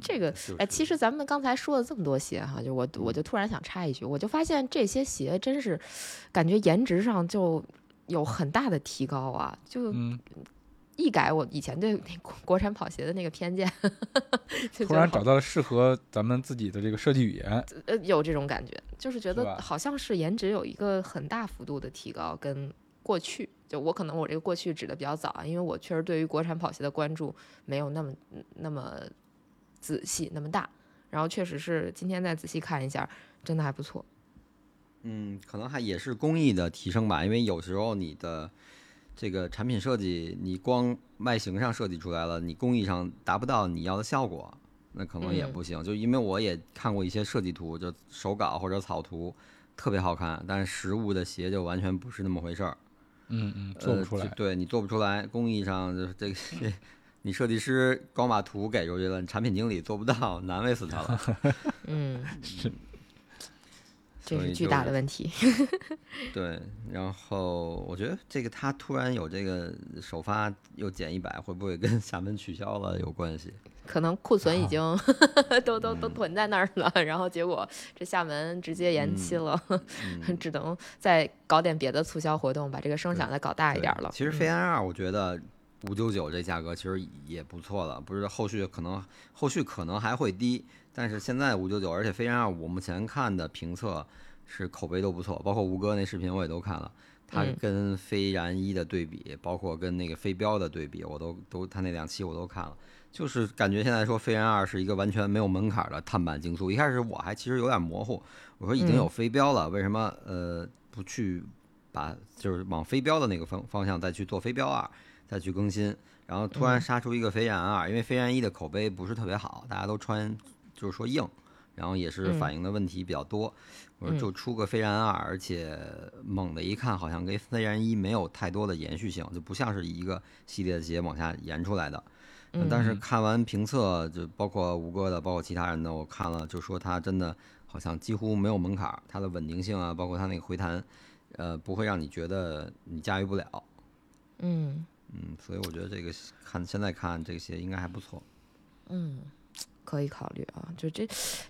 Speaker 3: 这个
Speaker 4: 嗯就
Speaker 3: 哎，
Speaker 4: 是
Speaker 3: 其实咱们刚才说了这么多鞋哈，就我我就突然想插一句，我就发现这些鞋真是感觉颜值上就有很大的提高啊，就
Speaker 2: 嗯，
Speaker 3: 一改我以前对那国国产跑鞋的那个偏见， 就
Speaker 2: 突
Speaker 3: 觉得
Speaker 2: 然
Speaker 3: 好
Speaker 2: 找到了适合咱们自己的这个设计语言，
Speaker 3: 呃有这种感觉，就是觉
Speaker 2: 是
Speaker 3: 得
Speaker 2: 吧
Speaker 3: 好像是颜值有一个很大幅度的提高，跟过去就我可能我这个过去指的比较早啊，因为我确实对于国产跑鞋的关注没有那么那么仔细那么大。然后确实是今天再仔细看一下，真的还不错。
Speaker 4: 嗯，可能还也是工艺的提升吧，因为有时候你的这个产品设计，你光外形上设计出来了，你工艺上达不到你要的效果，那可能也
Speaker 3: 嗯
Speaker 4: 不行。就因为我也看过一些设计图，就手稿或者草图，特别好看，但是实物的鞋就完全不是那么回事儿。
Speaker 2: 嗯嗯，做不出来
Speaker 4: 呃、就。对你做不出来，工艺上就是这 个，你设计师光把图给出去了，你产品经理做不到，难为死他了。
Speaker 3: 嗯，
Speaker 2: 是，
Speaker 3: 这
Speaker 4: 所
Speaker 3: 是
Speaker 4: 以
Speaker 3: 巨
Speaker 4: 就
Speaker 3: 大的问题。
Speaker 4: 对，然后我觉得这个他突然有这个首发又减一百，会不会跟厦门取消了有关系？
Speaker 3: 可能库
Speaker 4: 啊
Speaker 3: 存已经 都都
Speaker 4: 嗯
Speaker 3: 都囤在那儿了，然后结果这厦门直接延期了，，
Speaker 4: 嗯
Speaker 3: 只能再搞点别的促销活动，把这个声响再搞大一
Speaker 4: 对
Speaker 3: 点了。
Speaker 4: 其实
Speaker 3: 嗯
Speaker 4: 飞安二，我觉得五九九这价格其实也不错了，不是后续可能后续可能还会低，但是现在五九九，而且飞安二我目前看的评测是口碑都不错，包括吴哥那视频我也都看了。它
Speaker 3: 嗯
Speaker 4: 跟飞然一的对比，包括跟那个飞镖的对比，我都都他那两期我都看了，就是感觉现在说飞然二是一个完全没有门槛的碳板竞速。一开始我还其实有点模糊，我说已经有飞镖了，为什么呃不去把就是往飞镖的那个方方向再去做飞镖二，再去更新？然后突然杀出一个飞然二，因为飞然一的口碑不是特别好，大家都穿就是说硬，然后也是
Speaker 3: 嗯
Speaker 4: 反映的问题比较多。我说就出个飞然二，而且猛的一看，好像跟飞然一没有太多的延续性，就不像是一个系列的鞋往下延出来的。呃
Speaker 3: 嗯
Speaker 4: 但是看完评测，就包括吴哥的，包括其他人的，我看了就说它真的好像几乎没有门槛儿，它的稳定性啊，包括它那个回弹，呃，不会让你觉得你驾驭不了。
Speaker 3: 嗯
Speaker 4: 嗯，所以我觉得这个看现在看这个鞋应该还不错。
Speaker 3: 嗯，可以考虑啊。就这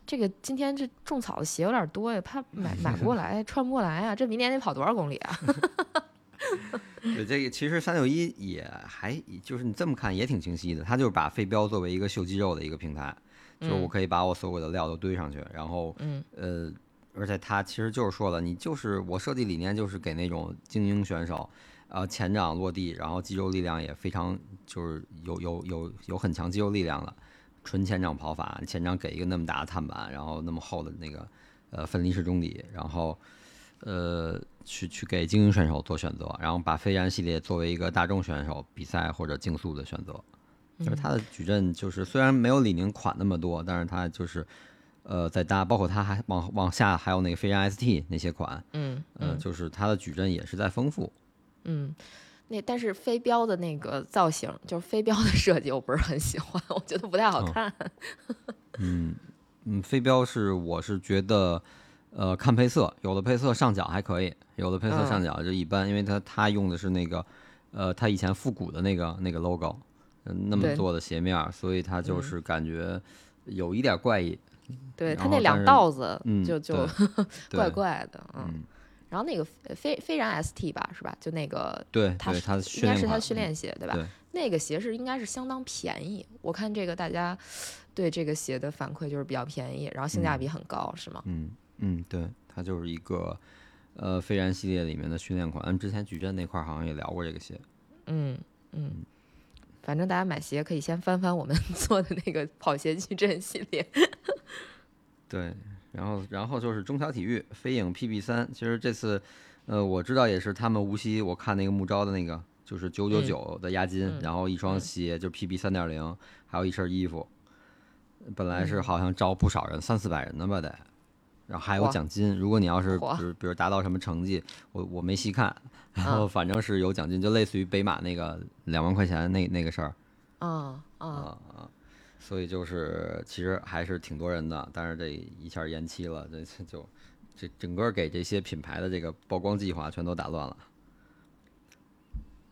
Speaker 3: 这个今天这种草的鞋有点多呀，怕买买不过来，穿不过来啊。这明年得跑多少公里啊？
Speaker 4: 对，这个其实三六一也还就是你这么看也挺清晰的，它就是把飞镖作为一个秀肌肉的一个平台，就是我
Speaker 3: 嗯
Speaker 4: 可以把我所有的料都堆上去，然后
Speaker 3: 嗯
Speaker 4: 呃，而且它其实就是说了，你就是我设计理念就是给那种精英选手，呃，前掌落地，然后肌肉力量也非常就是有有有有很强肌肉力量的纯前掌跑法，前掌给一个那么大的碳板，然后那么厚的那个呃分离式中底，然后呃去去给精英选手做选择，然后把飞然系列作为一个大众选手比赛或者竞速的选择。就是它的矩阵，就是虽然没有李宁款那么多，但是它就是，呃，在搭，包括它还往往下还有那个飞扬 ST 那些款，
Speaker 3: 嗯
Speaker 4: 呃，
Speaker 3: 嗯
Speaker 4: 就是它的矩阵也是在丰富。
Speaker 3: 嗯。那但是飞镖的那个造型，就是飞镖的设计，我不是很喜欢，我觉得不太好
Speaker 4: 嗯哦
Speaker 3: 看。
Speaker 4: 嗯嗯，飞镖是我是觉得，呃，看配色，有的配色上脚还可以，有的配色
Speaker 3: 嗯
Speaker 4: 上脚就一般，因为它它用的是那个，呃，它以前复古的那个那个 logo，嗯，那么
Speaker 3: 对
Speaker 4: 做的鞋面儿，所以它
Speaker 3: 嗯
Speaker 4: 就是感觉有一点怪异，
Speaker 3: 对
Speaker 4: 然
Speaker 3: 它
Speaker 4: 后
Speaker 3: 那两
Speaker 4: 但是
Speaker 3: 道子
Speaker 4: 嗯，
Speaker 3: 就就
Speaker 4: 对
Speaker 3: 怪
Speaker 4: 对
Speaker 3: 怪的，嗯
Speaker 4: 嗯。
Speaker 3: 然后那个飞飞飞然 ST 吧，是吧？就那个
Speaker 4: 对
Speaker 3: 它
Speaker 4: 对，
Speaker 3: 是
Speaker 4: 它的
Speaker 3: 应
Speaker 4: 呃训
Speaker 3: 该
Speaker 4: 练
Speaker 3: 是它
Speaker 4: 款
Speaker 3: 训练鞋对吧？
Speaker 4: 对
Speaker 3: 那个鞋是应该是相当便宜，我看这个大家对这个鞋的反馈就是比较便宜，然后性价比很高，是吗？
Speaker 4: 嗯嗯，对，它就是一个呃飞然系列里面的训练款。嗯之前矩阵那块儿好像也聊过这个鞋。
Speaker 3: 嗯嗯，反正大家买鞋可以先翻翻我们 做的那个跑鞋矩阵系列，
Speaker 4: 对，然后然后就是中小体育飞影 PB 三，其实这次呃我知道也是他们无锡，我看那个木招的那个就是九九九的押金，
Speaker 3: 嗯
Speaker 4: 然后一双
Speaker 3: 嗯
Speaker 4: 鞋就 PB 三点零，还有一身衣服，本来
Speaker 3: 嗯
Speaker 4: 是好像招不少人，三四百人呢吧得。然后还有
Speaker 3: 哇
Speaker 4: 奖金，如果你要是
Speaker 3: 哇
Speaker 4: 比如比如达到什么成绩，我我没细看，然
Speaker 3: 啊
Speaker 4: 后反正是有奖金，就类似于北马那个两万块钱那那个事儿，
Speaker 3: 啊啊，
Speaker 4: 所以就是其实还是挺多人的，但是这一下延期了，这这就这整个给这些品牌的这个曝光计划全都打乱了。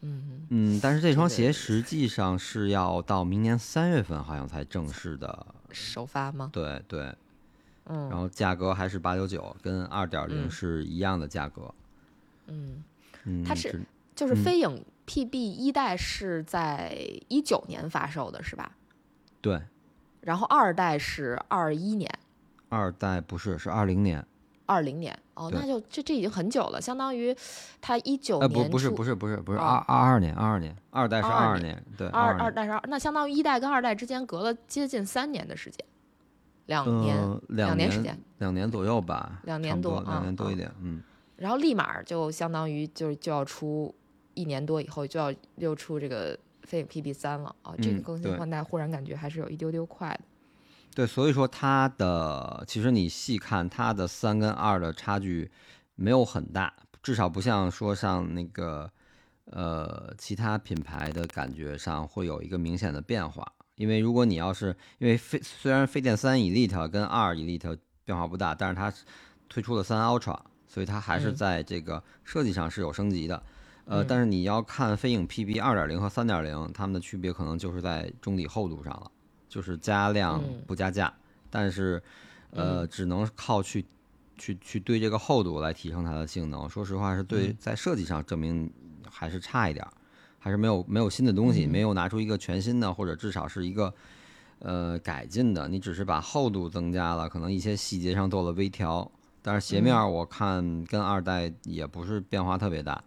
Speaker 3: 嗯，
Speaker 4: 嗯，但是这双
Speaker 3: 这
Speaker 4: 鞋
Speaker 3: 个
Speaker 4: 实际上是要到明年三月份好像才正式的，
Speaker 3: 首发吗？
Speaker 4: 对对，然
Speaker 3: 嗯
Speaker 4: 后价格还是八九九，跟二点
Speaker 3: 嗯
Speaker 4: 零是一样的价格。
Speaker 3: 嗯，
Speaker 4: 嗯，
Speaker 3: 它是
Speaker 4: 只
Speaker 3: 就是
Speaker 4: 嗯
Speaker 3: 飞影 PB 一代是在一九年发售的，是吧？
Speaker 4: 对
Speaker 3: 然后二代是二一年。
Speaker 4: 二代不是是二零年，
Speaker 3: 二零年哦，
Speaker 4: 对
Speaker 3: 那就这这已经很久了，相当于他一九
Speaker 4: 哎、
Speaker 3: 年
Speaker 4: 不不是
Speaker 3: 出
Speaker 4: 不是不是不是
Speaker 3: 哦
Speaker 4: 二二二年二二年，二代是
Speaker 3: 22
Speaker 4: 二
Speaker 3: 年
Speaker 4: 年，对
Speaker 3: 二
Speaker 4: 二
Speaker 3: 二代是二，那相当于一代跟二代之间隔了接近三年的时间。两年，
Speaker 4: 嗯
Speaker 3: 两
Speaker 4: 两
Speaker 3: 年时间，
Speaker 4: 两年左右吧，
Speaker 3: 两年
Speaker 4: 差不
Speaker 3: 多
Speaker 4: 多，
Speaker 3: 嗯
Speaker 4: 两年多一
Speaker 3: 嗯
Speaker 4: 点，嗯，
Speaker 3: 然后立马就相当于就就要出一年多以后就要又出这个飞影 PB 三了啊，这个
Speaker 4: 嗯
Speaker 3: 更新
Speaker 4: 对
Speaker 3: 换代忽然感觉还是有一丢丢快的，
Speaker 4: 对，所以说它的其实你细看它的三跟二的差距没有很大，至少不像说上那个呃其他品牌的感觉上会有一个明显的变化。因为如果你要是因为飞虽然飞电三 Elite 跟二 Elite 变化不大，但是它是推出了三 Ultra，所以它还是
Speaker 3: 嗯
Speaker 4: 在这个设计上是有升级的。呃，
Speaker 3: 嗯
Speaker 4: 但是你要看飞影 PB 二点零和三点零，它们的区别可能就是在中底厚度上了，就是加量
Speaker 3: 嗯
Speaker 4: 不加价，但是呃，只能靠去去去对这个厚度来提升它的性能。说实话，是对在设计上证明还是差一点儿，还是没有没有新的东
Speaker 2: 嗯
Speaker 4: 西，没有拿出一个全新的，或者至少是一个呃改进的。你只是把厚度增加了，可能一些细节上做了微调，但是鞋面
Speaker 2: 嗯
Speaker 4: 儿我看跟二代也不是变化特别大。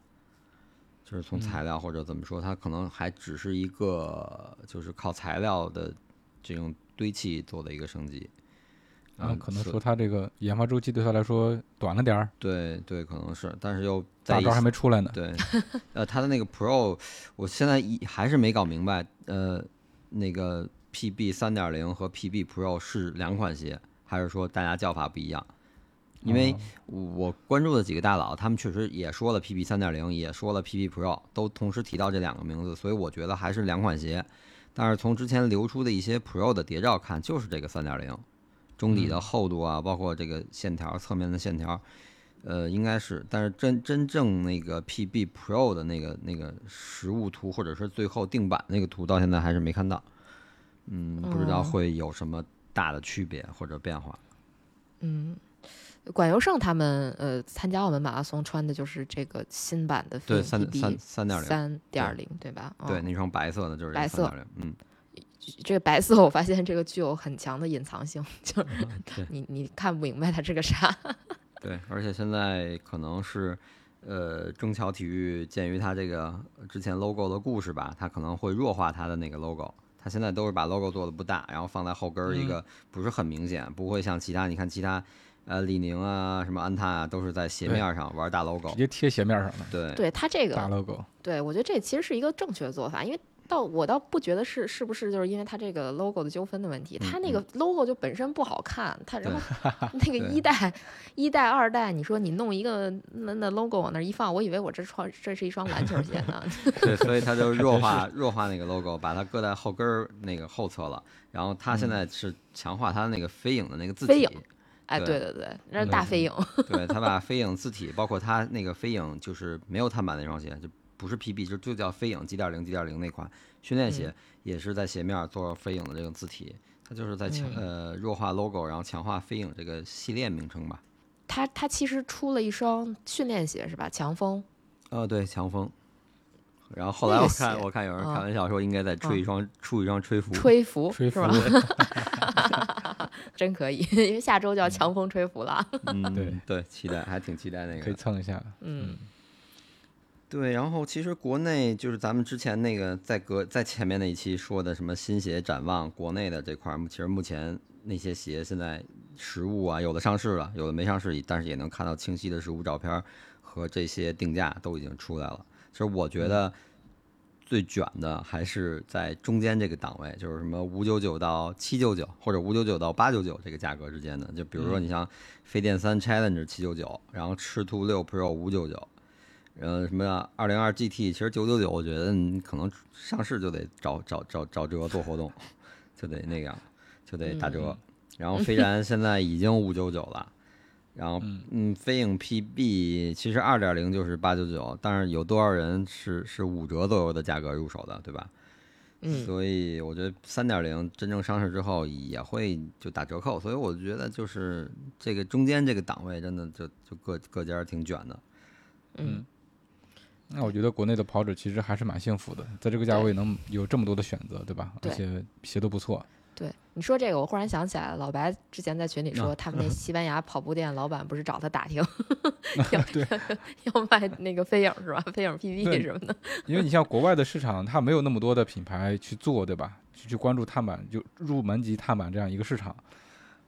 Speaker 4: 就是
Speaker 2: 嗯
Speaker 4: 从材料或者怎么说，它可能还只是一个就是靠材料的这种堆砌做的一个升级。
Speaker 2: 啊，可能
Speaker 4: 嗯是
Speaker 2: 说它这个研发周期对它来说短了点儿，
Speaker 4: 对对，可能是，但是又在
Speaker 2: 大
Speaker 4: 一
Speaker 2: 招还
Speaker 4: 起
Speaker 2: 没出来呢。
Speaker 4: 对，呃，它的那个 Pro，我现在一还是没搞明白，呃，那个 PB 三点零和 PB Pro 是两款鞋，还是说大家叫法不一样？因为
Speaker 2: 哦
Speaker 4: 我关注的几个大佬，他们确实也说了 PB 三点零，也说了 PB Pro，都同时提到这两个名字，所以我觉得还是两款鞋。但是从之前流出的一些 Pro 的谍照看，就是这个三点零，中底的厚度啊，包括这个线条、侧面的线条，呃，应该是。但是真真正那个 PB Pro 的那个那个实物图，或者是最后定版那个图，到现在还是没看到。嗯，不知道
Speaker 3: 嗯
Speaker 4: 会有什么大的区别或者变化。
Speaker 3: 嗯。管尤胜他们呃参加我们马拉松穿的就是这个新版的飞
Speaker 4: 对，
Speaker 3: 影
Speaker 4: 三
Speaker 3: PB
Speaker 4: 三三点零。
Speaker 3: 三点零对吧？啊
Speaker 4: 对，那双白色的就是
Speaker 3: 白色
Speaker 4: 3.0，嗯，
Speaker 3: 这个白色，我发现这个具有很强的隐藏性，就是
Speaker 4: 对
Speaker 3: 你你看不明白它是个啥。
Speaker 4: 对，而且现在可能是，呃，中桥体育鉴于它这个之前 logo 的故事吧，它可能会弱化它的那个 logo。它现在都是把 logo 做的不大，然后放在后跟儿
Speaker 3: 嗯
Speaker 4: 一个不是很明显，不会像其他你看其他，呃，李宁啊，什么安踏啊，都是在鞋
Speaker 2: 对
Speaker 4: 面儿上玩大
Speaker 2: 直
Speaker 4: logo。
Speaker 2: 接贴鞋面上了，
Speaker 4: 对，
Speaker 3: 对它这
Speaker 2: 大
Speaker 3: 个，
Speaker 2: logo。
Speaker 4: 哦
Speaker 3: 对我觉得这其实是一个正确的做法，因为到我倒不觉得是是不是就是因为它这个 logo 的纠纷的问题，它那个 logo 就本身不好看，它然后那个一代、一代、二代，你说你弄一个那那 logo 往那儿一放，我以为我这穿这是一双篮球鞋呢，
Speaker 4: 对，所以它就 弱化弱化那个 logo，把它搁在后跟儿那个后侧了。然后它现在是强化它那个飞影的那个字体。
Speaker 3: 嗯飞影哎，对
Speaker 4: 对
Speaker 3: 对对，那是大飞影，
Speaker 4: 对他把飞影字体，包括他那个飞影，就是没有碳板那双鞋，就不是 PB，就就叫飞影几点零几点零那款训练
Speaker 3: 嗯
Speaker 4: 鞋，也是在鞋面儿做飞影的这个字体，它就是在强、
Speaker 3: 嗯
Speaker 4: 呃弱化 logo，然后强化飞影这个系列名称吧。
Speaker 3: 它它其实出了一双训练鞋是吧？强风，
Speaker 4: 呃，对，强风。然后后来
Speaker 3: 那个
Speaker 4: 我看
Speaker 3: 鞋
Speaker 4: 我看有人
Speaker 3: 啊
Speaker 4: 开玩笑说应该再出一双出一双吹拂，
Speaker 3: 吹拂
Speaker 2: 吹
Speaker 3: 是吧？ 真可以， 因为下周
Speaker 2: 嗯
Speaker 3: 就要强风吹 拂了。
Speaker 4: 嗯
Speaker 2: 对
Speaker 4: 对，期待还挺期待那个的，
Speaker 2: 可以蹭一下。
Speaker 3: 嗯，
Speaker 4: 对，然后其实国内就是咱们之前那个在隔在前面那一期说的什么新鞋展望，国内的这块儿，其实目前那些鞋现在实物啊，有的上市了，有的没上市，但是也能看到清晰的实物照片儿和这些定价都已经出来了。其实我觉得最卷的还是在中间这个档位，就是什么五九九到七九九或者五九九到八九九这个价格之间的。就比如说你像飞电三 Challenge 七九九，然后赤兔六 Pro 五九九。然后什么二零二 GT，其实九九九，我觉得你可能上市就得找找找找折做活动，就得那样，就得打折。然后飞然现在已经五九九了，然后嗯，飞影 PB 其实二点零就是八九九，但是有多少人是是五折左右的价格入手的，对吧？
Speaker 3: 嗯
Speaker 4: 所以我觉得三点零真正上市之后也会就打折扣，所以我觉得就是这个中间这个档位真的就就各各家挺卷的。
Speaker 2: 那我觉得国内的跑者其实还是蛮幸福的，在这个价位能有这么多的选择，对吧？
Speaker 3: 对
Speaker 2: 而且鞋都不错。
Speaker 3: 对，你说这个，我忽然想起来，老白之前在群里
Speaker 2: 啊
Speaker 3: 说，他们那西班牙跑步店老板不是找他打听 要要卖那个飞影是吧？飞影 PB
Speaker 2: 对
Speaker 3: 什么的，
Speaker 2: 因为你像国外的市场，它没有那么多的品牌去做，对吧？去去关注碳板，就入门级碳板这样一个市场。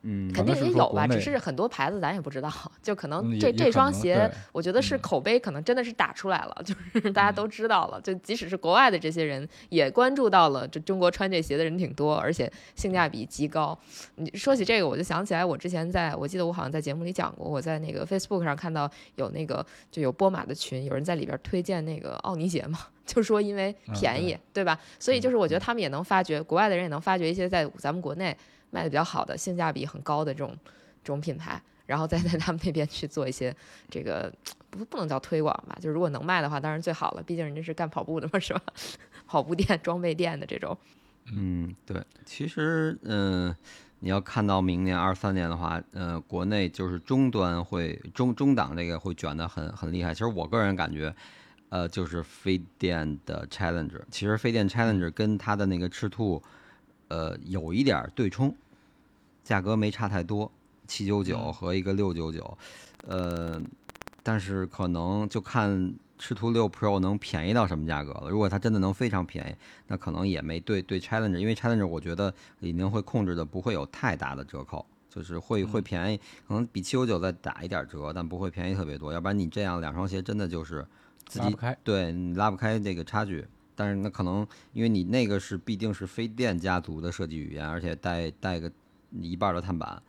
Speaker 4: 嗯，
Speaker 3: 肯定
Speaker 2: 是
Speaker 3: 也
Speaker 2: 说
Speaker 3: 有
Speaker 2: 国
Speaker 3: 吧，只
Speaker 2: 内
Speaker 3: 是很多牌子咱也不知道，就可
Speaker 2: 嗯
Speaker 3: 能
Speaker 2: 也
Speaker 3: 哦这
Speaker 2: 也
Speaker 3: 这
Speaker 2: 可
Speaker 3: 双
Speaker 2: 能
Speaker 3: 鞋
Speaker 2: 对，
Speaker 3: 我觉得是
Speaker 2: 嗯
Speaker 3: 口碑可能真的是打出来了，就是大家都知道了，就即使是国外的这些人也关注到了，这中国穿这鞋的人挺多，而且性价比极高。你说起这个，我就想起来我之前在我记得我好像在节目里讲过，我在那个 Facebook 上看到有那个就有波马的群，有人在里边推荐那个奥尼鞋嘛，就说因为
Speaker 2: 嗯
Speaker 3: 便
Speaker 2: 对
Speaker 3: 宜，对吧？所以就是我觉得
Speaker 2: 嗯
Speaker 3: 他们也能发掘，国外的人也能发掘一些在咱们国内卖的比较好的、性价比很高的这种这种品牌，然后再 在他们那边去做一些这个不不能叫推广吧，就是如果能卖的话，当然最好了，毕竟人家是干跑步的嘛，是吧？ 跑步店、装备店的这种，
Speaker 4: 嗯，对，其实嗯、呃你要看到明年二三年的话，呃，国内就是中端会中中档这个会卷得很很厉害。其实我个人感觉，呃，就是飞电的 Challenger，其实飞电 Challenger 跟它的那个赤兔，呃，有一点儿对冲，价格没差太多，七九九
Speaker 2: 嗯
Speaker 4: 和一个六九九，呃，但是可能就看赤兔六 Pro 能便宜到什么价格了。如果它真的能非常便宜，那可能也没对对 Challenger，因为 Challenger 我觉得李宁会控制的不会有太大的折扣，就是会
Speaker 2: 嗯
Speaker 4: 会便宜，可能比七九九再打一点折，但不会便宜特别多。要不然你这样两双鞋真的就是自
Speaker 2: 拉
Speaker 4: 己
Speaker 2: 不开。
Speaker 4: 对你拉不开这个差距。但是那可能因为你那个是必定是飞电家族的设计语言，而且带带个一半儿的碳板，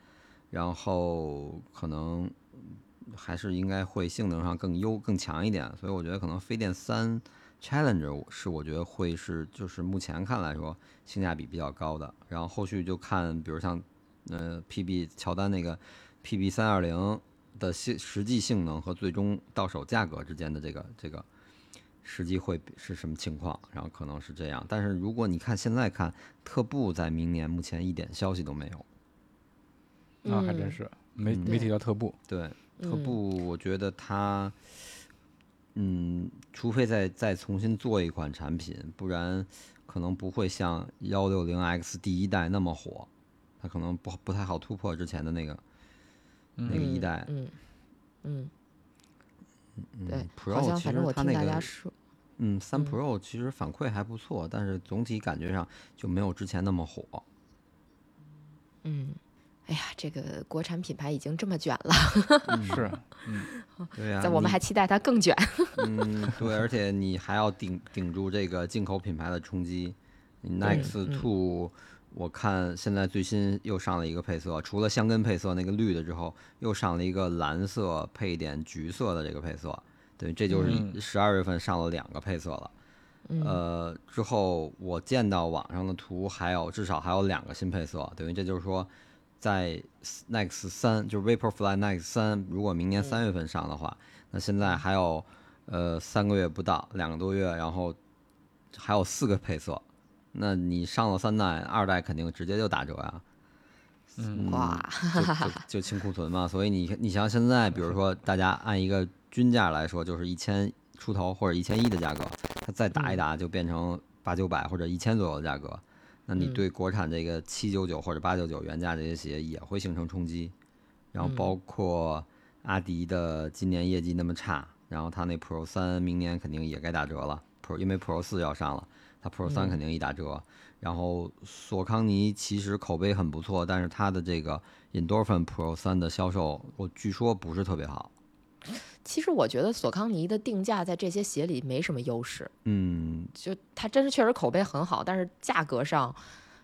Speaker 4: 然后可能还是应该会性能上更优更强一点。所以我觉得可能飞电三 Challenger 是我觉得会是就是目前看来说性价比比较高的。然后后续就看比如像呃 PB 乔丹那个 PB 三二零的性实际性能和最终到手价格之间的这个这个实际会是什么情况，然后可能是这样。但是如果你看现在看特步，在明年目前一点消息都没有。
Speaker 2: 那还真
Speaker 3: 嗯
Speaker 2: 是没
Speaker 4: 嗯
Speaker 2: 没提
Speaker 3: 对
Speaker 2: 到特步，
Speaker 4: 对，特
Speaker 3: 嗯
Speaker 4: 步，我觉得它，嗯，除非再再重新做一款产品，不然可能不会像幺六零 X 第一代那么火，它可能不不太好突破之前的那个那个一
Speaker 3: 嗯
Speaker 4: 代。
Speaker 3: 嗯嗯，对
Speaker 4: 嗯，
Speaker 3: 好
Speaker 4: ，Pro
Speaker 3: 像
Speaker 4: 其
Speaker 3: 反
Speaker 4: 实
Speaker 3: 正我
Speaker 4: 它
Speaker 3: 听
Speaker 4: 那
Speaker 3: 大家
Speaker 4: 个
Speaker 3: 说，
Speaker 4: 嗯，三
Speaker 3: 嗯
Speaker 4: Pro 其实反馈还不错，但是总体感觉上就没有之前那么火。
Speaker 3: 哦嗯，哎呀，这个国产品牌已经这么卷了，嗯
Speaker 2: 是嗯
Speaker 4: 对呀、
Speaker 3: 在我们
Speaker 4: 你
Speaker 3: 还期待它更卷，
Speaker 4: 嗯，对，而且你还要顶顶住这个进口品牌的冲击。你 Nex Two，、我看现在最新又上了一个配色，除了香根配色那个绿的之后，又上了一个蓝色配一点橘色的这个配色，等于这就是
Speaker 2: 嗯
Speaker 4: 十二月份上了两个配色了。
Speaker 3: 嗯
Speaker 4: 呃，之后我见到网上的图还有至少还有两个新配色，等于这就是说，在 Nex 三就是 Vaporfly Nex 三，如果明年三月份上的话，那现在还有呃三个月不到，两个多月，然后还有四个配色，那你上了三代，二代肯定直接就打折呀、
Speaker 2: 嗯
Speaker 3: 哇，
Speaker 4: 就就就清库存嘛。所以你你像现在，比如说大家按一个均价来说，就是一千出头或者一千一的价格，它再打一打就变成八九百或者一千左右的价格。那你
Speaker 3: 嗯
Speaker 4: 对国产这个七九九或者八九九原价这些鞋也会形成冲击，然后包括阿迪的今年业绩那么差，然后它那 Pro 三明年肯定也该打折了，Pro 因为 Pro 四要上了，它 Pro
Speaker 3: 嗯
Speaker 4: 三肯定一打折。然后索康尼其实口碑很不错，但是它的这个 Endorphin Pro 三的销售，我据说不是特别好。
Speaker 3: 其实我觉得索康尼的定价在这些鞋里没什么优势，
Speaker 4: 嗯，
Speaker 3: 就它真是确实口碑很好，但是价格上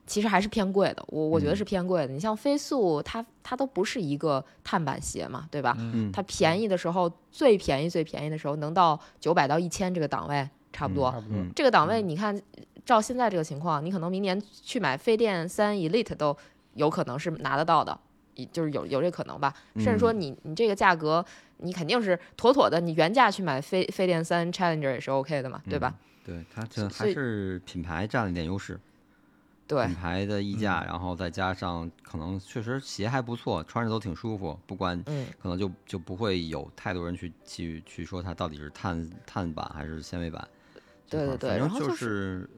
Speaker 3: 其实还是偏贵的。我
Speaker 4: 嗯
Speaker 3: 我觉得是偏贵的。你像飞速，它它都不是一个碳板鞋嘛，对吧？
Speaker 4: 嗯
Speaker 3: 它便宜的时候，最便宜最便宜的时候能到九百到一千这个档位，差不多。
Speaker 2: 差不多。
Speaker 4: 嗯
Speaker 3: 这个档位你看，照现在这个情况，你可能明年去买飞电三 Elite 都有可能是拿得到的，也就是有有这可能吧。甚至
Speaker 4: 嗯
Speaker 3: 说你你这个价格，你肯定是妥妥的，你原价去买飞飞电三 Challenger 也是 OK 的嘛，对吧？
Speaker 4: 对，它
Speaker 3: 所
Speaker 4: 这还
Speaker 3: 以
Speaker 4: 是品牌占了一点优势，
Speaker 3: 对嗯
Speaker 4: 品，牌的溢价，然后再加上可能确实鞋还不错，穿着都挺舒服，不管
Speaker 3: 嗯。
Speaker 4: 可能就就不会有太多人去去去说它到底是碳碳板还是纤维板这
Speaker 3: 对
Speaker 4: 块儿。
Speaker 3: 对对
Speaker 4: 反
Speaker 3: 然
Speaker 4: 正
Speaker 3: 后
Speaker 4: 就
Speaker 3: 就是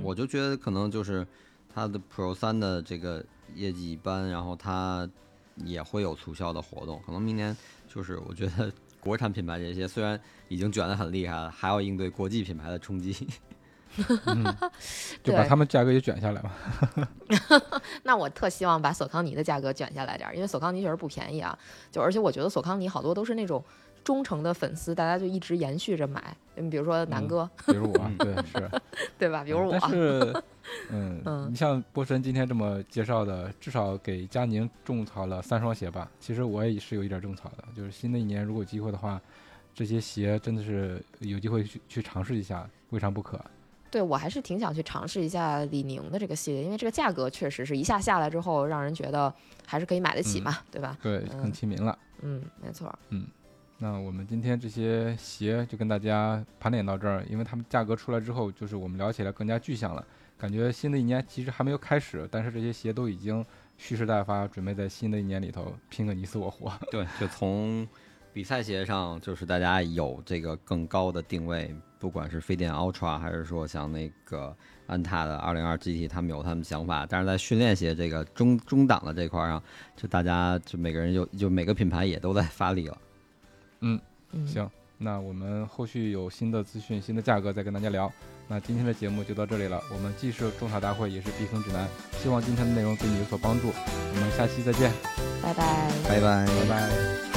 Speaker 3: 嗯
Speaker 4: 我就觉得可能就是它的 Pro 三的这个业绩一般，然后它也会有促销的活动，可能明年就是我觉得国产品牌这些虽然已经卷得很厉害了，还要应对国际品牌的冲击。
Speaker 2: 就把
Speaker 3: 对
Speaker 2: 他们价格也卷下来嘛。
Speaker 3: 那我特希望把索康尼的价格卷下来点儿，因为索康尼确实不便宜啊。就而且我觉得索康尼好多都是那种忠诚的粉丝，大家就一直延续着买。嗯，比如说南
Speaker 2: 嗯
Speaker 3: 哥，
Speaker 2: 比如我，
Speaker 4: 嗯
Speaker 2: 对，是，
Speaker 3: 对吧？比如我，
Speaker 2: 但 是，嗯，
Speaker 3: 嗯
Speaker 2: 你像波神今天这么介绍的，至少给佳宁种草了三双鞋吧。其实我也是有一点种草的，就是新的一年如果有机会的话，这些鞋真的是有机会去去尝试一下，未尝不可。
Speaker 3: 对我还是挺想去尝试一下李宁的这个系列，因为这个价格确实是一下下来之后，让人觉得还是可以买得起嘛，对吧？
Speaker 2: 对，
Speaker 3: 嗯
Speaker 2: 更亲民了。
Speaker 3: 嗯，没错儿。
Speaker 2: 那我们今天这些鞋就跟大家盘点到这儿，因为它们价格出来之后，就是我们聊起来更加具象了。感觉新的一年其实还没有开始，但是这些鞋都已经蓄势待发，准备在新的一年里头拼个你死我活。
Speaker 4: 对，就从比赛鞋上，就是大家有这个更高的定位，不管是飞电 Ultra 还是说像那个安踏的二零二 GT，他们有他们想法。但是在训练鞋这个中中档的这块儿上，就大家就每个人就就每个品牌也都在发力了。
Speaker 3: 嗯，
Speaker 2: 行，那我们后续有新的资讯、新的价格再跟大家聊。那今天的节目就到这里了，我们既是种草大会，也是避坑指南。希望今天的内容对你有所帮助，我们下期再见，
Speaker 3: 拜拜。
Speaker 4: 拜拜，
Speaker 2: 拜拜。